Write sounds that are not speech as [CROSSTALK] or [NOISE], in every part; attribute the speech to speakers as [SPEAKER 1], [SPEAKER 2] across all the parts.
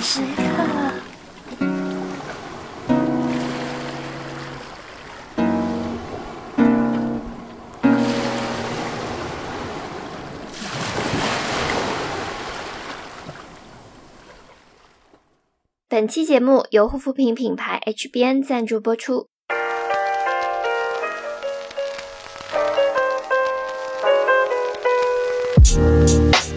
[SPEAKER 1] 时刻。本期节目由护肤品品牌 HBN 赞助播出。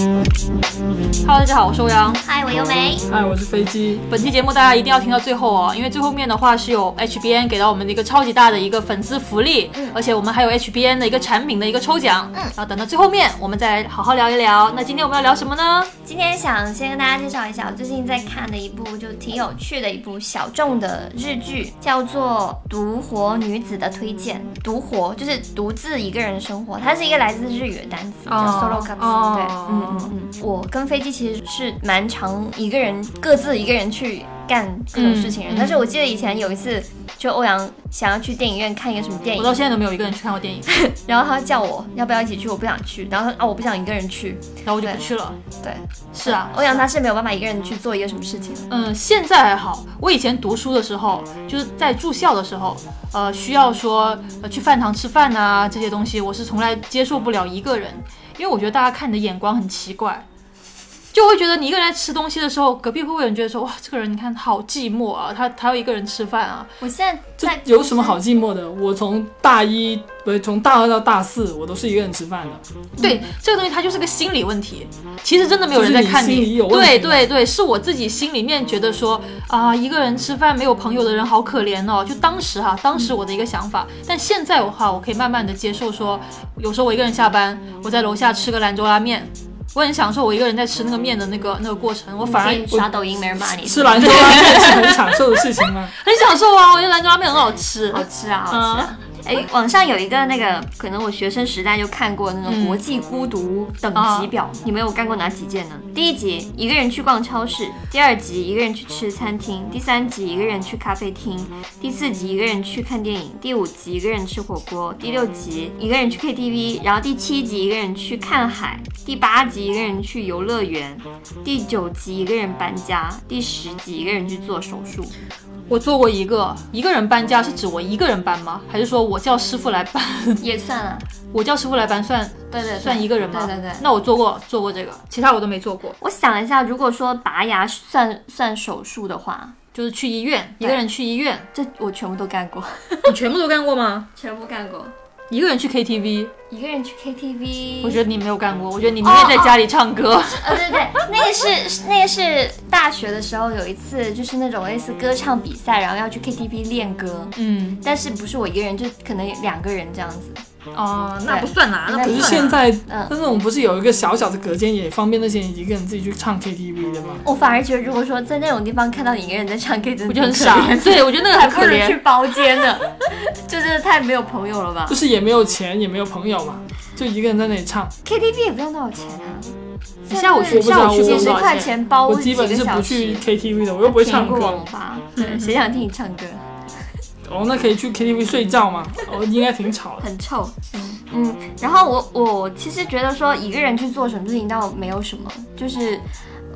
[SPEAKER 2] Hello，大家好，我是欧阳。
[SPEAKER 1] 嗨，我优梅。
[SPEAKER 3] 嗨，我是飞机。
[SPEAKER 2] 本期节目大家一定要听到最后哦，因为最后面的话是有 HBN 给到我们的一个超级大的一个粉丝福利，
[SPEAKER 3] 嗯
[SPEAKER 2] 而且我们还有 HBN 的一个产品的一个抽奖。嗯，然后等到最后面我们再好好聊一聊。那今天我们要聊什么呢？
[SPEAKER 1] 今天想先跟大家介绍一下，我最近在看的一部就挺有趣的一部小众的日剧，叫做《独活女子的推荐》。独活就是独自一个人生活，它是一个来自日语的单词，叫
[SPEAKER 2] 哦
[SPEAKER 1] solo cup、
[SPEAKER 2] 哦
[SPEAKER 1] 对，嗯嗯嗯。我跟飞机其实是蛮常一个人各自一个人去干各种事情的人，
[SPEAKER 2] 嗯嗯
[SPEAKER 1] 但是我记得以前有一次，就欧阳想要去电影院看一个什么
[SPEAKER 3] 哎
[SPEAKER 1] 电
[SPEAKER 2] 我
[SPEAKER 1] 影
[SPEAKER 2] 到，现在都没有一个人去看过电影，
[SPEAKER 1] 然后他叫我要不要一起去，我不想去，然后他说啊我不想一个人去，
[SPEAKER 2] 然后我就不去了。
[SPEAKER 1] 对，
[SPEAKER 2] 是啊，
[SPEAKER 1] 欧阳他是没有办法一个人去做一个什么事情的。
[SPEAKER 2] 嗯，现在还好。我以前读书的时候，就是在住校的时候，呃，需要说、呃、去饭堂吃饭呐、这些东西，我是从来接受不了一个人，因为我觉得大家看你的眼光很奇怪，就会觉得你一个人在吃东西的时候，隔壁会不会有人觉得说哇，这个人你看好寂寞啊，他他要一个人吃饭啊，
[SPEAKER 1] 我现在
[SPEAKER 3] 这
[SPEAKER 1] 在
[SPEAKER 3] 有什么好寂寞的？我从大一，不是从大二到大四，我都是一个人吃饭的。
[SPEAKER 2] 对，这个东西它就是个心理问题。其实真的没有人在看
[SPEAKER 3] 嗯就是你心里有问题
[SPEAKER 2] 对对对，是我自己心里面觉得说啊，一个人吃饭没有朋友的人好可怜哦。就当时哈、当时我的一个想法。
[SPEAKER 3] 嗯
[SPEAKER 2] 但现在的话，我可以慢慢的接受说，有时候我一个人下班，我在楼下吃个兰州拉面，我很享受我一个人在吃那个面的那个那个过程，我反而
[SPEAKER 3] 嗯
[SPEAKER 1] 可以刷抖音没人骂你，
[SPEAKER 3] 吃兰州拉面是很享受的事情吗？
[SPEAKER 1] [LAUGHS]
[SPEAKER 2] 很享受啊。我觉得兰州拉面很好吃。
[SPEAKER 1] 好吃啊，好吃啊。哎、网上有一个那个，可能我学生时代就看过那种
[SPEAKER 2] 嗯
[SPEAKER 1] 国际孤独等级表，你们有看过哪几件呢？第一集一个人去逛超市，第二集一个人去吃餐厅，第三集一个人去咖啡厅，第四集一个人去看电影，第五集一个人吃火锅，第六集一个人去 KTV，然后第七集一个人去看海，第八集一个人去游乐园，第九集一个人搬家，第十集一个人去做手术。
[SPEAKER 2] [LAUGHS] 我做过一个一个人搬家，是指我一个人搬吗？还是说我叫师傅来搬？ [LAUGHS]
[SPEAKER 1] 也算啊，
[SPEAKER 2] 我叫师傅来搬算
[SPEAKER 1] 对对对
[SPEAKER 2] 算一个人吗？
[SPEAKER 1] 对对对
[SPEAKER 2] 那我做过做过这个，其他我都没做过，
[SPEAKER 1] 我想了一下，如果说拔牙算算手术的话，
[SPEAKER 2] 就是去医院一
[SPEAKER 1] 对
[SPEAKER 2] 个人去医 [LAUGHS] 院，
[SPEAKER 1] 这我全部都干过， [LAUGHS]
[SPEAKER 2] 你全部都干过吗？
[SPEAKER 1] 全部干过。
[SPEAKER 2] 一个人去 KTV，
[SPEAKER 1] 一个人去 KTV，
[SPEAKER 2] [LAUGHS] 我觉得你没有干过，我觉得你宁愿在家里唱歌。
[SPEAKER 1] 呃、对对对，那个是那个是大学的时候有一次，就是那种类似歌唱比赛，然后要去 KTV 练歌，
[SPEAKER 2] 嗯，
[SPEAKER 1] 但是不是我一个人，就可能两个人这样子。
[SPEAKER 2] 哦、那
[SPEAKER 1] 对
[SPEAKER 2] 不算啦，那
[SPEAKER 1] 那
[SPEAKER 3] 可
[SPEAKER 2] 不
[SPEAKER 3] 是
[SPEAKER 1] 不
[SPEAKER 2] 算
[SPEAKER 3] 现
[SPEAKER 2] 啦。
[SPEAKER 3] 在，
[SPEAKER 1] 嗯
[SPEAKER 3] 那种不是有一个小小的隔间，也方便那些人一个人自己去唱 KTV 的吗？
[SPEAKER 1] 我反而觉得，如果说在那种地方看到你一个人在唱 K，真的
[SPEAKER 2] 我觉得很
[SPEAKER 1] 挺可
[SPEAKER 2] 傻
[SPEAKER 1] 怜，
[SPEAKER 2] 对我觉得那个
[SPEAKER 1] 还
[SPEAKER 2] [LAUGHS] 很
[SPEAKER 1] 不
[SPEAKER 2] 可
[SPEAKER 1] 如去
[SPEAKER 2] 怜。
[SPEAKER 1] 包间呢， [LAUGHS] 就真的太没有朋友了吧
[SPEAKER 3] 就是也没有钱，也没有朋友嘛，就一个人在那里唱。
[SPEAKER 1] ？KTV 也不用多少钱啊，
[SPEAKER 2] 你下午去，
[SPEAKER 3] 我不知
[SPEAKER 2] 下
[SPEAKER 3] 道
[SPEAKER 2] 午去
[SPEAKER 3] 我
[SPEAKER 1] 几
[SPEAKER 2] 多
[SPEAKER 1] 十
[SPEAKER 2] 少
[SPEAKER 1] 块？钱包
[SPEAKER 3] 我基本
[SPEAKER 1] 哦几
[SPEAKER 3] 是
[SPEAKER 1] 个
[SPEAKER 3] 不
[SPEAKER 1] 小
[SPEAKER 3] 去
[SPEAKER 1] 时
[SPEAKER 3] KTV 的，我又不会唱
[SPEAKER 1] 苹
[SPEAKER 3] 歌
[SPEAKER 1] 果。吧？对，谁想听你唱歌？
[SPEAKER 3] 哦，那可以去 KTV 睡觉吗？哦，应该挺吵的。
[SPEAKER 1] 很臭。嗯，然后我我其实觉得说一个人去做什么事情倒没有什么，就是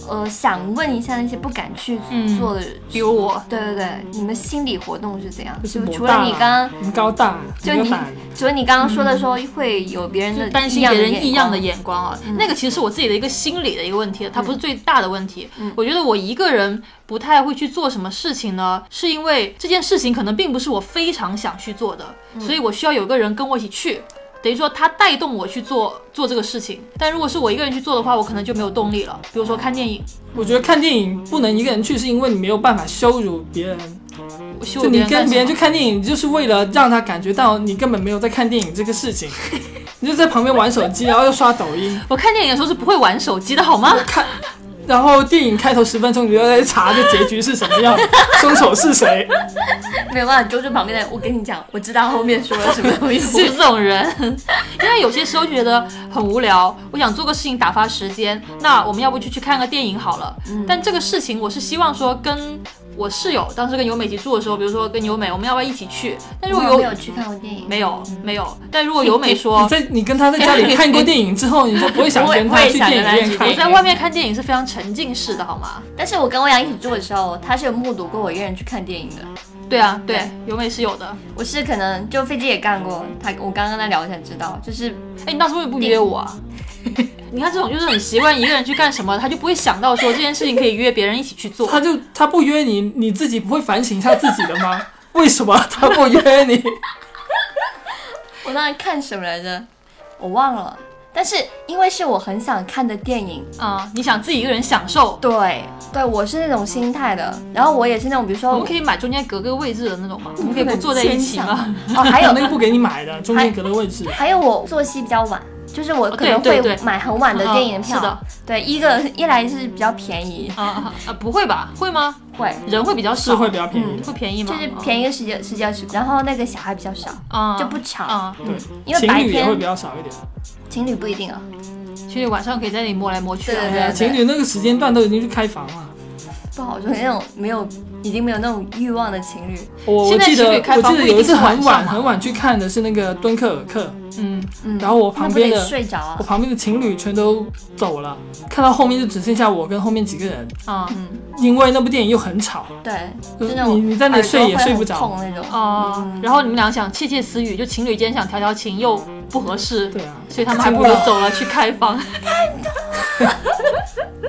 [SPEAKER 1] 呃想问一下那些不敢去
[SPEAKER 2] 嗯
[SPEAKER 1] 做的，
[SPEAKER 2] 比如我，
[SPEAKER 1] 对对对，你们心理活动是怎样？
[SPEAKER 3] 就是
[SPEAKER 1] 就
[SPEAKER 3] 我
[SPEAKER 1] 除了你刚刚。
[SPEAKER 3] 你高大，
[SPEAKER 1] 就
[SPEAKER 3] 你
[SPEAKER 1] 你
[SPEAKER 3] 高大，
[SPEAKER 1] 除了你刚刚说的说会有别人的
[SPEAKER 2] 嗯担心
[SPEAKER 1] 异样
[SPEAKER 2] 别
[SPEAKER 1] 的
[SPEAKER 2] 人异样的
[SPEAKER 1] 眼
[SPEAKER 2] 眼光啊，
[SPEAKER 3] 嗯
[SPEAKER 2] 那个其实是我自己的一个心理的一个问题，它不是最大的问题。
[SPEAKER 1] 嗯
[SPEAKER 2] 我觉得我一个人不太会去做什么事情呢，是因为这件事情可能并不是我非常想去做的，
[SPEAKER 3] 嗯
[SPEAKER 2] 所以我需要有个人跟我一起去。等于说他带动我去做做这个事情，但如果是我一个人去做的话，我可能就没有动力了。比如说看电影，
[SPEAKER 3] 我觉得看电影不能一个人去，是因为你没有办法羞辱别人。
[SPEAKER 2] 我羞辱
[SPEAKER 3] 就你
[SPEAKER 2] 别人干
[SPEAKER 3] 跟别人
[SPEAKER 2] 什
[SPEAKER 3] 去
[SPEAKER 2] 么
[SPEAKER 3] 看电影，就是为了让他感觉到你根本没有在看电影这个事
[SPEAKER 1] [LAUGHS]
[SPEAKER 3] 情，你就在旁边玩手机，然后又刷抖音，
[SPEAKER 2] 我看电影的时候是不会玩手机的好吗？
[SPEAKER 3] 看，然后电影开头十分钟，你就在查这结局是什么样，凶手
[SPEAKER 1] [LAUGHS]
[SPEAKER 3] 是谁。
[SPEAKER 1] 光，没有办法揪住旁边的人。我跟你讲，我知道后面说了什么东
[SPEAKER 2] 我是
[SPEAKER 1] [LAUGHS] 西。
[SPEAKER 2] 这种人， [LAUGHS] 因为有些时候觉得很无聊，我想做个事情打发时间，那我们要不就去看个电影好了。但这个事情我是希望说跟我室友当时跟由美一起住的时候，比如说跟由美，我们要不要一起去？但如
[SPEAKER 1] 我
[SPEAKER 2] 果
[SPEAKER 1] 有没
[SPEAKER 2] 由
[SPEAKER 1] 有去看过电影？
[SPEAKER 2] 没有没有，但如果由美说
[SPEAKER 3] 你在你跟他在家里看过电影之后，你就不会
[SPEAKER 1] [LAUGHS]
[SPEAKER 3] 想跟他去电影院
[SPEAKER 1] 不会不会想着来去电影
[SPEAKER 2] 我
[SPEAKER 3] 看
[SPEAKER 1] 院
[SPEAKER 2] 在外面看电影是非常沉浸式的，好吗？
[SPEAKER 1] 但是我跟欧阳一起住的时候，他是有目睹过我一个人去看电影的。
[SPEAKER 2] 对啊，对
[SPEAKER 1] 对，
[SPEAKER 2] 由美是有的。
[SPEAKER 1] 我是可能就飞机也干过，他我刚刚跟他聊才知道，就是
[SPEAKER 2] 哎，你当时为什么不约我啊？你看这种就是很习惯一个人去干什么，他就不会想到说这件事情可以约别人一起去做。
[SPEAKER 3] 他就他不约你，你自己不会反省一下自己的吗？为什么他不约你？
[SPEAKER 1] 我当时看什么来着，我忘了。但是因为是我很想看的电影，
[SPEAKER 2] 啊、你想自己一个人享受，
[SPEAKER 1] 对对，我是那种心态的。然后我也是那种，比如说
[SPEAKER 3] [LAUGHS]
[SPEAKER 2] 我们可以买中间隔个位置的那种吗？
[SPEAKER 1] 哦
[SPEAKER 2] 我们可以不坐在一
[SPEAKER 1] 牵
[SPEAKER 2] 起
[SPEAKER 1] 强 [LAUGHS]
[SPEAKER 2] 吗？
[SPEAKER 1] 哦，还有
[SPEAKER 3] 那个不给你买的，中间隔的位置。
[SPEAKER 1] 还有我作息比较晚，就是我可能
[SPEAKER 2] 哦对
[SPEAKER 1] 会
[SPEAKER 2] 对对
[SPEAKER 1] 买很晚的电影票。
[SPEAKER 2] 是的，
[SPEAKER 1] 对，一个一来是比较便宜，
[SPEAKER 2] 啊啊啊！不会吧？会吗？
[SPEAKER 1] 会
[SPEAKER 2] 人会比较少，
[SPEAKER 3] 是会比较便宜
[SPEAKER 1] 嗯
[SPEAKER 3] 的，
[SPEAKER 2] 会便宜吗？哦
[SPEAKER 1] 就是便宜个十几十几二十，然后那个小孩比较少，
[SPEAKER 2] 啊，
[SPEAKER 1] 就不长，
[SPEAKER 2] 啊。
[SPEAKER 3] 对，
[SPEAKER 1] 因为
[SPEAKER 3] 嗯情
[SPEAKER 1] 白
[SPEAKER 3] 侣也会比
[SPEAKER 1] 天
[SPEAKER 3] 较少一点。
[SPEAKER 1] 情侣不一定啊。
[SPEAKER 2] 情侣晚上可以在那里摸来摸去
[SPEAKER 1] 对
[SPEAKER 2] 啊
[SPEAKER 1] 对。
[SPEAKER 3] 哎呀情侣那个时间段都已经去开房了。
[SPEAKER 1] 不好说，那种没有已经没有那种欲望的情侣，
[SPEAKER 3] 我我
[SPEAKER 2] 现在
[SPEAKER 3] 记得
[SPEAKER 2] 情侣开
[SPEAKER 3] 我
[SPEAKER 2] 房
[SPEAKER 3] 记得
[SPEAKER 2] 不一
[SPEAKER 3] 有一
[SPEAKER 2] 定
[SPEAKER 3] 次
[SPEAKER 2] 是晚
[SPEAKER 3] 很晚
[SPEAKER 2] 上嘛
[SPEAKER 3] 很晚去看的是那个《敦刻尔克
[SPEAKER 2] 嗯，
[SPEAKER 1] 嗯，》，
[SPEAKER 3] 然后我
[SPEAKER 1] 那
[SPEAKER 3] 旁
[SPEAKER 1] 不
[SPEAKER 3] 边
[SPEAKER 1] 得
[SPEAKER 3] 的
[SPEAKER 1] 睡着
[SPEAKER 3] 我
[SPEAKER 1] 啊，
[SPEAKER 3] 旁边的情侣全都走了，看到后面就只剩下我跟后面几个人，
[SPEAKER 2] 啊
[SPEAKER 1] 嗯，
[SPEAKER 3] 因为那部电影又很吵，
[SPEAKER 1] 对，
[SPEAKER 3] 就
[SPEAKER 1] 就是那种
[SPEAKER 3] 你你在那里睡也睡
[SPEAKER 1] 耳朵
[SPEAKER 3] 不着。
[SPEAKER 1] 会很痛那种，
[SPEAKER 2] 哦，然后你们俩想窃窃私语，就情侣间想调调情又不合适，
[SPEAKER 3] [LAUGHS] 对啊，
[SPEAKER 2] 所以他们还不如走了去开房。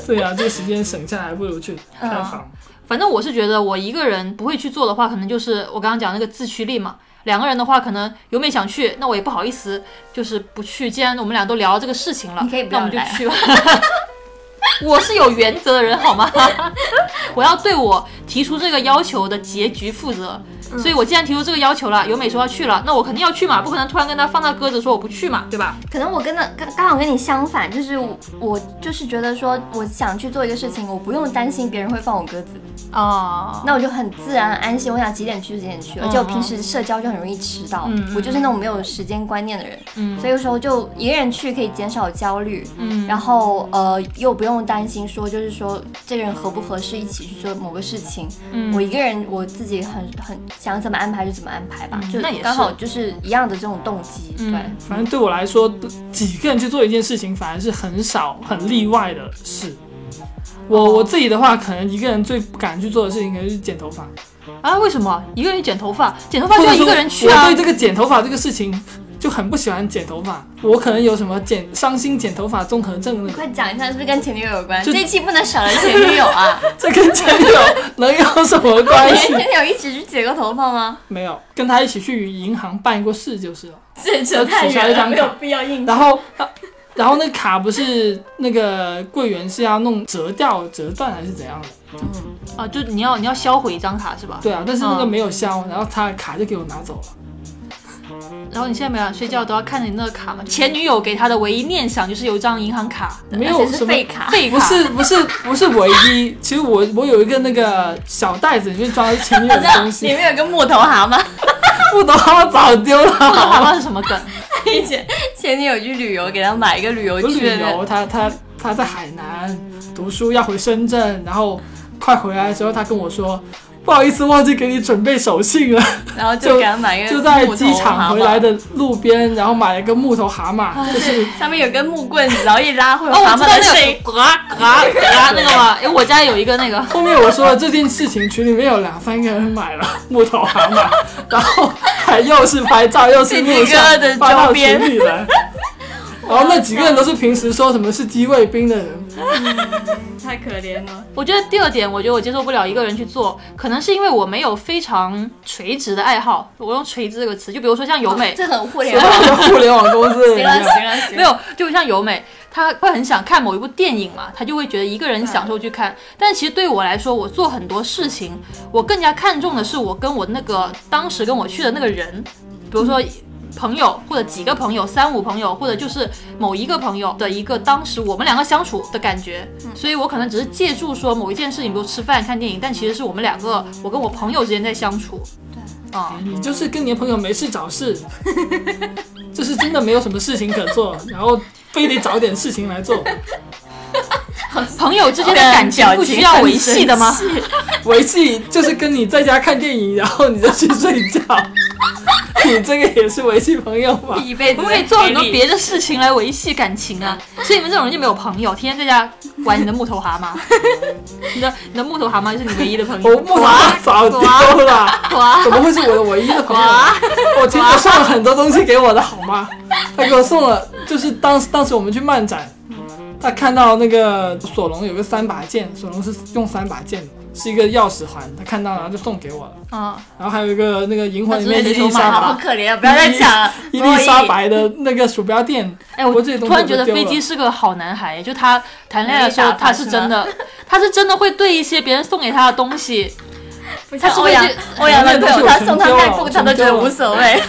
[SPEAKER 3] 对啊，这个时间省下来，不如去
[SPEAKER 1] 嗯
[SPEAKER 3] 开房。
[SPEAKER 2] 反正我是觉得，我一个人不会去做的话，可能就是我刚刚讲那个自驱力嘛。两个人的话，可能由美想去，那我也不好意思，就是不去。既然我们俩都聊到这个事情了，
[SPEAKER 1] 你可以不
[SPEAKER 2] 那
[SPEAKER 1] 要
[SPEAKER 2] 我们就
[SPEAKER 1] 来啊
[SPEAKER 2] 去吧。 [LAUGHS] 我是有原则的人，好吗？ [LAUGHS] 我要对我提出这个要求的结局负责。
[SPEAKER 1] 嗯
[SPEAKER 2] 所以我既然提出这个要求了，由美说要去了，那我肯定要去嘛，不可能突然跟她放大鸽子说我不去嘛，对吧？
[SPEAKER 1] 可能我跟那刚刚好跟你相反，就是我我就是觉得说我想去做一个事情，我不用担心别人会放我鸽子，
[SPEAKER 3] 哦
[SPEAKER 2] 啊、
[SPEAKER 1] 那我就很自然安心，我想几点去就几点去，
[SPEAKER 3] 嗯
[SPEAKER 1] 而且我平时社交就很容易迟到，我就是那种没有时间观念的人，
[SPEAKER 2] 嗯
[SPEAKER 1] 所以有时候就一个人去可以减少焦虑，
[SPEAKER 2] 嗯
[SPEAKER 1] 然后呃又不用担心说就是说这个人合不合适一起去做某个事情，
[SPEAKER 2] 嗯
[SPEAKER 1] 我一个人我自己很很想怎么安排就怎么安排吧，
[SPEAKER 2] 嗯
[SPEAKER 1] 就
[SPEAKER 2] 那也是
[SPEAKER 1] 刚好就是一样的这种动机，
[SPEAKER 2] 嗯
[SPEAKER 1] 对。
[SPEAKER 3] 反正对我来说，几个人去做一件事情，反而是很少、很例外的事。
[SPEAKER 1] 哦
[SPEAKER 3] 我我自己的话，可能一个人最不敢去做的事情，可能就是剪头发。
[SPEAKER 2] 啊，为什么一个人剪头发？剪头发
[SPEAKER 3] 或
[SPEAKER 2] 就
[SPEAKER 3] 者
[SPEAKER 2] 要
[SPEAKER 3] 说
[SPEAKER 2] 一个人去啊？
[SPEAKER 3] 我对这个剪头发这个事情就很不喜欢剪头发，我可能有什么剪伤心剪头发综合症那
[SPEAKER 1] 你
[SPEAKER 3] 种，
[SPEAKER 1] 快讲一下，是不是跟前女友有关？
[SPEAKER 3] 就
[SPEAKER 1] 这一期不能少了前女友
[SPEAKER 3] [LAUGHS]
[SPEAKER 1] 啊！
[SPEAKER 3] 这跟前女友能有什么关
[SPEAKER 1] 你
[SPEAKER 3] 系
[SPEAKER 1] 前？女友一起去剪过头发吗？
[SPEAKER 3] 没有，跟他一起去银行办过事就是了。
[SPEAKER 1] 这扯
[SPEAKER 3] 太远了没有
[SPEAKER 1] 必要硬
[SPEAKER 3] 然后，然后那卡不是那个柜员是要弄折掉、折断还是怎样的？
[SPEAKER 1] 嗯，
[SPEAKER 2] 啊，就你要你要销毁一张卡是吧？
[SPEAKER 3] 对啊，但是那个
[SPEAKER 2] 嗯
[SPEAKER 3] 没有消，然后他的卡就给我拿走了。
[SPEAKER 2] 然后你现在每晚睡觉都要看着你那个卡吗？前女友给他的唯一念想就是有一张银行卡，
[SPEAKER 3] 没
[SPEAKER 1] 而
[SPEAKER 3] 有
[SPEAKER 1] 且
[SPEAKER 3] 什
[SPEAKER 1] 是
[SPEAKER 3] 么
[SPEAKER 1] 废卡，
[SPEAKER 2] 废卡
[SPEAKER 3] 不
[SPEAKER 2] [LAUGHS]
[SPEAKER 3] 是不是不是唯一，其实我我有一个那个小袋子里面装的是前女友的
[SPEAKER 1] [LAUGHS]
[SPEAKER 3] 东
[SPEAKER 1] 里
[SPEAKER 3] 西，
[SPEAKER 1] 面有个木头蛤蟆。
[SPEAKER 3] [LAUGHS] 不懂我早丢了。
[SPEAKER 2] 不知道他是什么 [LAUGHS] 梗。
[SPEAKER 1] 以前 [LAUGHS] 前女友去旅游，给他买一个旅游
[SPEAKER 3] 我
[SPEAKER 1] 去
[SPEAKER 3] 旅
[SPEAKER 1] 的那
[SPEAKER 3] 游，他他他在海南读书，要回深圳，然后快回来的时候，他跟我说，不好意思，忘记给你准备手信了，
[SPEAKER 1] 然后
[SPEAKER 3] 就
[SPEAKER 1] 就给他买一个
[SPEAKER 3] 就在
[SPEAKER 1] 木头
[SPEAKER 3] 机场
[SPEAKER 1] 蛤
[SPEAKER 3] 回
[SPEAKER 1] 蟆
[SPEAKER 3] 来，的路边，然后买了一个木头蛤蟆，就是
[SPEAKER 1] 上面有根木棍子，然后一拉会有
[SPEAKER 2] 哦，我
[SPEAKER 1] 蛤
[SPEAKER 2] 知道
[SPEAKER 1] 蟆的声
[SPEAKER 2] 那
[SPEAKER 1] 音。
[SPEAKER 2] 个嘎嘎 [LAUGHS] 嘎那个吗？因为哎我家有一个那个，
[SPEAKER 3] 后面我说了这件事情，群里面有两三个人买了木头蛤
[SPEAKER 1] [LAUGHS]
[SPEAKER 3] 蟆，然后还又是拍照又是录像
[SPEAKER 1] 这几个的
[SPEAKER 3] 发到
[SPEAKER 1] 周边
[SPEAKER 3] 群里来。然后那几个人都是平时说什么是鸡卫兵的人，
[SPEAKER 1] [LAUGHS] 太可怜了，
[SPEAKER 2] 我觉得第二点，我觉得我接受不了一个人去做，可能是因为我没有非常垂直的爱好。我用“垂直”这个词，就比如说像由美，
[SPEAKER 1] 这很互联
[SPEAKER 3] 就
[SPEAKER 1] 网。
[SPEAKER 3] 像互联网公司的人一
[SPEAKER 1] 行
[SPEAKER 3] 样
[SPEAKER 1] 了。行了行
[SPEAKER 2] 没
[SPEAKER 1] 了，
[SPEAKER 2] 有，就像由美，她会很想看某一部电影嘛，她就会觉得一个人享受去看。但其实对我来说，我做很多事情，我更加看重的是我跟我那个当时跟我去的那个人，比如说。朋友或者几个朋友，三五朋友，或者就是某一个朋友的一个当时我们两个相处的感觉，所以我可能只是借助说某一件事情，比如吃饭、看电影，但其实是我们两个，我跟我朋友之间在相处。对，啊、
[SPEAKER 3] 你就是跟你的朋友没事找事， [LAUGHS] 就是真的没有什么事情可做，然后非得找点事情来做。
[SPEAKER 2] 朋友之间的感情不需要维系的吗？
[SPEAKER 3] 维系就是跟你在家看电影，然后你就去睡觉， [LAUGHS] 你这个也是维系朋友
[SPEAKER 2] [LAUGHS]
[SPEAKER 3] 嘛？
[SPEAKER 1] 一辈子
[SPEAKER 2] 我们可以做很多别的事情来维系感情啊。所以你们这种人就没有朋友，天天在家玩你的木头蛤蟆，你的你的木头蛤蟆就是你唯一的朋
[SPEAKER 3] [LAUGHS] 我
[SPEAKER 2] 友。
[SPEAKER 3] 木头早丢了，
[SPEAKER 1] 哇，
[SPEAKER 3] 怎么会是我的唯一的朋友呢？我前我送了很多东西给我的好吗？他给我送了，就是当时当时我们去漫展，他看到那个索隆有个三把剑，索隆是用三把剑的，是一个钥匙环，他看到然后就送给我了。
[SPEAKER 2] 啊，
[SPEAKER 3] 然后还有一个那个银魂里面
[SPEAKER 2] 他
[SPEAKER 3] 伊
[SPEAKER 2] 直接
[SPEAKER 3] 丽
[SPEAKER 2] 就买
[SPEAKER 3] 莎
[SPEAKER 2] 了
[SPEAKER 1] 好
[SPEAKER 3] 白，
[SPEAKER 1] 可怜啊！不要再讲了，
[SPEAKER 3] 伊丽莎白的那个鼠标垫，
[SPEAKER 2] 哎，
[SPEAKER 3] 我
[SPEAKER 2] 我
[SPEAKER 3] 这些东西
[SPEAKER 2] 突然觉得
[SPEAKER 3] 都丢
[SPEAKER 2] 飞
[SPEAKER 3] 了
[SPEAKER 2] 机是个好男孩，就他谈恋爱的时
[SPEAKER 4] 没
[SPEAKER 2] 候，
[SPEAKER 4] 打发
[SPEAKER 2] 他是真的，他是真的会对一些别人送给他的东西，
[SPEAKER 1] 不
[SPEAKER 2] 他
[SPEAKER 1] 像
[SPEAKER 2] 是
[SPEAKER 1] 欧
[SPEAKER 2] 会
[SPEAKER 1] 阳
[SPEAKER 2] 去
[SPEAKER 4] 欧
[SPEAKER 2] [LAUGHS]
[SPEAKER 4] 阳男朋友他送他
[SPEAKER 3] 我成交了
[SPEAKER 4] 卖裤，他都觉得无所
[SPEAKER 1] [LAUGHS]
[SPEAKER 4] 谓。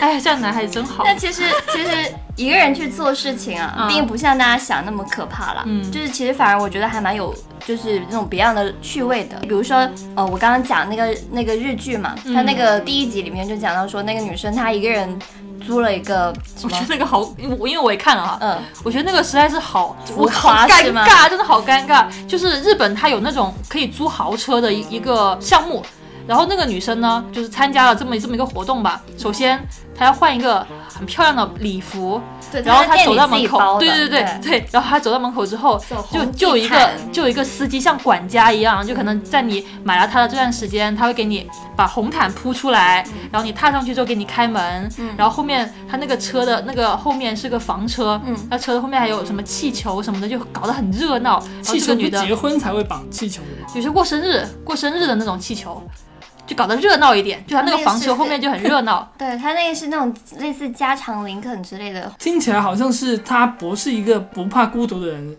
[SPEAKER 2] 哎，这样男孩子真好。
[SPEAKER 1] 但其实其实一个人去做事情啊，
[SPEAKER 2] 嗯
[SPEAKER 1] 并不像大家想那么可怕啦。
[SPEAKER 2] 嗯
[SPEAKER 1] 就是其实反而我觉得还蛮有，就是那种别样的趣味的。比如说，呃，我刚刚讲那个那个日剧嘛，他那个第一集里面就讲到说，那个女生她一个人租了一个什
[SPEAKER 2] 我
[SPEAKER 1] 么
[SPEAKER 2] 觉得，那个好，我因为我也看了啊哈，
[SPEAKER 1] 嗯，
[SPEAKER 2] 我觉得那个实在是好，
[SPEAKER 1] 浮
[SPEAKER 2] 我好
[SPEAKER 1] 夸
[SPEAKER 2] 尴
[SPEAKER 1] 是吗
[SPEAKER 2] 尬，真的好尴尬。就是日本它有那种可以租豪车的一一个项目，然后那个女生呢，就是参加了这么这么一个活动吧。首先她要换一个很漂亮的礼服，
[SPEAKER 1] 对，
[SPEAKER 2] 然后
[SPEAKER 1] 她
[SPEAKER 2] 她
[SPEAKER 1] 在
[SPEAKER 2] 走
[SPEAKER 1] 店
[SPEAKER 2] 到
[SPEAKER 1] 里自
[SPEAKER 2] 门
[SPEAKER 1] 己
[SPEAKER 2] 口，
[SPEAKER 1] 包的
[SPEAKER 2] 对对对
[SPEAKER 1] 对，
[SPEAKER 2] 对，然后她走到门口之后，
[SPEAKER 1] 走红
[SPEAKER 2] 就
[SPEAKER 1] 地
[SPEAKER 2] 就有一个
[SPEAKER 1] 毯
[SPEAKER 2] 就有一个司机像管家一样，就可能在你买了他的这段时间，他会给你把红毯铺出来，
[SPEAKER 1] 嗯
[SPEAKER 2] 然后你踏上去之后给你开门，然后后面他那个车的那个后面是个房车，
[SPEAKER 1] 嗯
[SPEAKER 2] 那车的后面还有什么气球什么的，就搞得很热闹。然后
[SPEAKER 3] 气
[SPEAKER 2] 这个
[SPEAKER 3] 球
[SPEAKER 2] 女
[SPEAKER 3] 不
[SPEAKER 2] 的
[SPEAKER 3] 结婚才会绑气球的吗？
[SPEAKER 2] 有些过生日过生日的那种气球，就搞得热闹一点，就他那个
[SPEAKER 1] 那个
[SPEAKER 2] 房
[SPEAKER 1] 是
[SPEAKER 2] 车后面就很热
[SPEAKER 1] [LAUGHS]
[SPEAKER 2] 闹。
[SPEAKER 1] 对她那个是那种类似家长林肯之类的，
[SPEAKER 3] 听起来好像是他不是一个不怕孤独的人，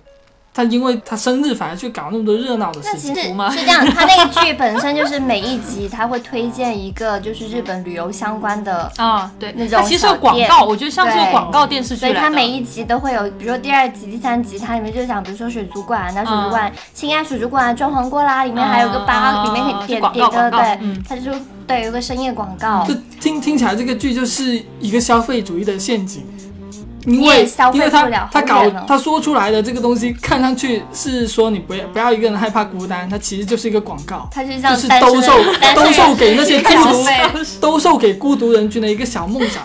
[SPEAKER 3] 他因为他生日反而去搞那么多热闹的
[SPEAKER 1] 那
[SPEAKER 3] 事
[SPEAKER 1] 其
[SPEAKER 3] 情。
[SPEAKER 1] 实
[SPEAKER 2] 服吗
[SPEAKER 1] 是这样，他那个剧本身就是每一集他会推荐一个就是日本旅游相关的
[SPEAKER 2] 啊、对，
[SPEAKER 1] 那种
[SPEAKER 2] 它其实有
[SPEAKER 1] 小
[SPEAKER 2] 广
[SPEAKER 1] 店
[SPEAKER 2] 告，我觉得像是有
[SPEAKER 1] 对
[SPEAKER 2] 广告电视剧
[SPEAKER 1] 所
[SPEAKER 2] 来
[SPEAKER 1] 以
[SPEAKER 2] 的。
[SPEAKER 1] 它每一集都会有，比如说第二集、第三集，它里面就讲，比如说水族馆，啊那水族
[SPEAKER 3] 嗯
[SPEAKER 1] 馆、新爱水族馆啊装黄瓜啦，里面还有个吧，
[SPEAKER 2] 嗯
[SPEAKER 3] 啊
[SPEAKER 1] 里面可
[SPEAKER 2] 嗯嗯
[SPEAKER 1] 以点
[SPEAKER 2] 广
[SPEAKER 1] 点
[SPEAKER 2] 告
[SPEAKER 1] 歌，
[SPEAKER 2] 广告
[SPEAKER 1] 对
[SPEAKER 2] 嗯，
[SPEAKER 1] 它就对有个深夜广告
[SPEAKER 3] 就，听听起来这个剧就是一个消费主义的陷阱，因
[SPEAKER 1] 你也
[SPEAKER 3] 为
[SPEAKER 1] 消费
[SPEAKER 3] 因为
[SPEAKER 1] 不
[SPEAKER 3] 他
[SPEAKER 1] 了
[SPEAKER 3] 他
[SPEAKER 1] 好
[SPEAKER 3] 搞
[SPEAKER 1] 远哦
[SPEAKER 3] 他说出来的这个东西看上去是说你不要不要一个人害怕孤单，它其实就是一个广告，
[SPEAKER 1] 它就是
[SPEAKER 3] 就
[SPEAKER 1] 像
[SPEAKER 3] 是
[SPEAKER 1] 单
[SPEAKER 3] 兜
[SPEAKER 1] 身
[SPEAKER 3] 售
[SPEAKER 1] 的单身
[SPEAKER 3] 兜
[SPEAKER 1] 人
[SPEAKER 3] 售给那些孤独
[SPEAKER 1] 消费
[SPEAKER 3] [LAUGHS] 兜售给孤独人群的一个小梦想。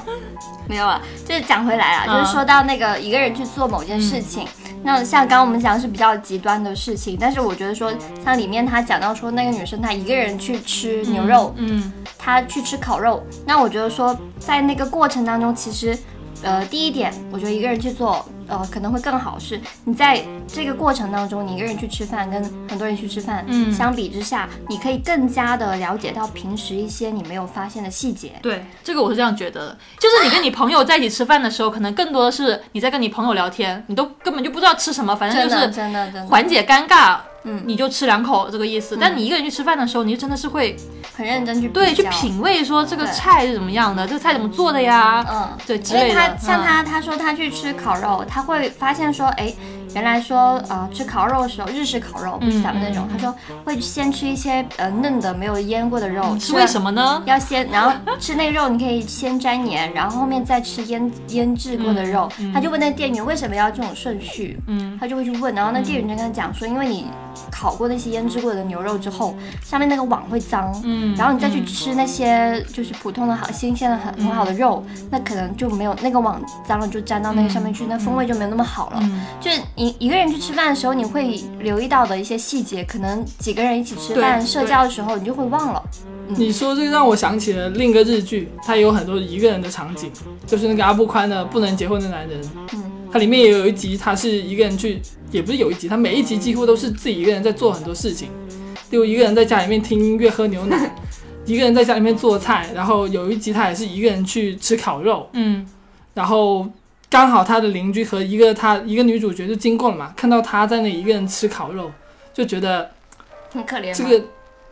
[SPEAKER 1] 没有啊，就是讲回来啊，
[SPEAKER 2] 嗯
[SPEAKER 1] 就是说到那个一个人去做某件事情，那像刚刚我们讲的是比较极端的事情，但是我觉得说像里面他讲到说那个女生她一个人去吃牛肉，
[SPEAKER 2] 嗯，
[SPEAKER 1] 他去吃烤肉。那我觉得说，在那个过程当中，其实，呃，第一点，我觉得一个人去做，呃，可能会更好是，你在这个过程当中，你一个人去吃饭，跟很多人去吃饭，
[SPEAKER 2] 嗯
[SPEAKER 1] 相比之下，你可以更加的了解到平时一些你没有发现的细节。
[SPEAKER 2] 对，这个我是这样觉得的，就是你跟你朋友在一起吃饭的时候，可能更多的是你在跟你朋友聊天，你都根本就不知道吃什么，反正
[SPEAKER 1] 真
[SPEAKER 2] 就
[SPEAKER 1] 的，
[SPEAKER 2] 是
[SPEAKER 1] 真的，真的，
[SPEAKER 2] 缓解尴尬，
[SPEAKER 1] 嗯
[SPEAKER 2] 你就吃两口这个意思。但你一个人去吃饭的时候，你就真的是会
[SPEAKER 1] 很认真去
[SPEAKER 2] 对
[SPEAKER 1] 比
[SPEAKER 2] 去
[SPEAKER 1] 较。
[SPEAKER 2] 品味说这个
[SPEAKER 1] 对
[SPEAKER 2] 菜是怎么样的，这个菜怎么做的呀，
[SPEAKER 1] 嗯，
[SPEAKER 2] 对之
[SPEAKER 1] 因为
[SPEAKER 2] 类的。
[SPEAKER 1] 他像
[SPEAKER 2] 嗯
[SPEAKER 1] 他他说他去吃烤肉，他会发现说，哎，原来说呃吃烤肉的时候，日式烤肉不是咱们那种，他说会先吃一些呃嫩的没有腌过的肉，
[SPEAKER 2] 是嗯为什
[SPEAKER 1] 么？
[SPEAKER 2] 么呢？
[SPEAKER 1] 要先，然后吃那肉，你可以先沾盐，然后后面再吃腌腌制过的肉。他就问那店员为什么要这种顺序，
[SPEAKER 2] 嗯，
[SPEAKER 1] 他就会去问，然后那店员就跟他讲说，因为你烤过那些腌制过的牛肉之后，上面那个网会脏，
[SPEAKER 2] 嗯
[SPEAKER 1] 然后你再去吃那些就是普通的好新鲜的很很好的肉，
[SPEAKER 2] 嗯
[SPEAKER 1] 那可能就没有那个网脏了，就粘到那个上面去，那风味就没有那么好了。
[SPEAKER 2] 嗯
[SPEAKER 1] 就是你一个人去吃饭的时候，你会留意到的一些细节，可能几个人一起吃饭
[SPEAKER 2] 对
[SPEAKER 1] 社交的时候，你就会忘了。
[SPEAKER 3] 你说这个让我想起了另一个日剧，它有很多一个人的场景，就是那个阿布宽的《不能结婚的男人》。
[SPEAKER 1] 嗯，
[SPEAKER 3] 它里面也有一集，他是一个人去，也不是有一集，他每一集几乎都是自己一个人在做很多事情，例如一个人在家里面听音乐、喝牛奶，一个人在家里面做菜，然后有一集他也是一个人去吃烤肉，
[SPEAKER 2] 嗯
[SPEAKER 3] 然后刚好他的邻居和一个他一个女主角就经过了嘛，看到他在那里一个人吃烤肉，就觉得
[SPEAKER 1] 很可怜吗
[SPEAKER 2] 哦
[SPEAKER 3] 这个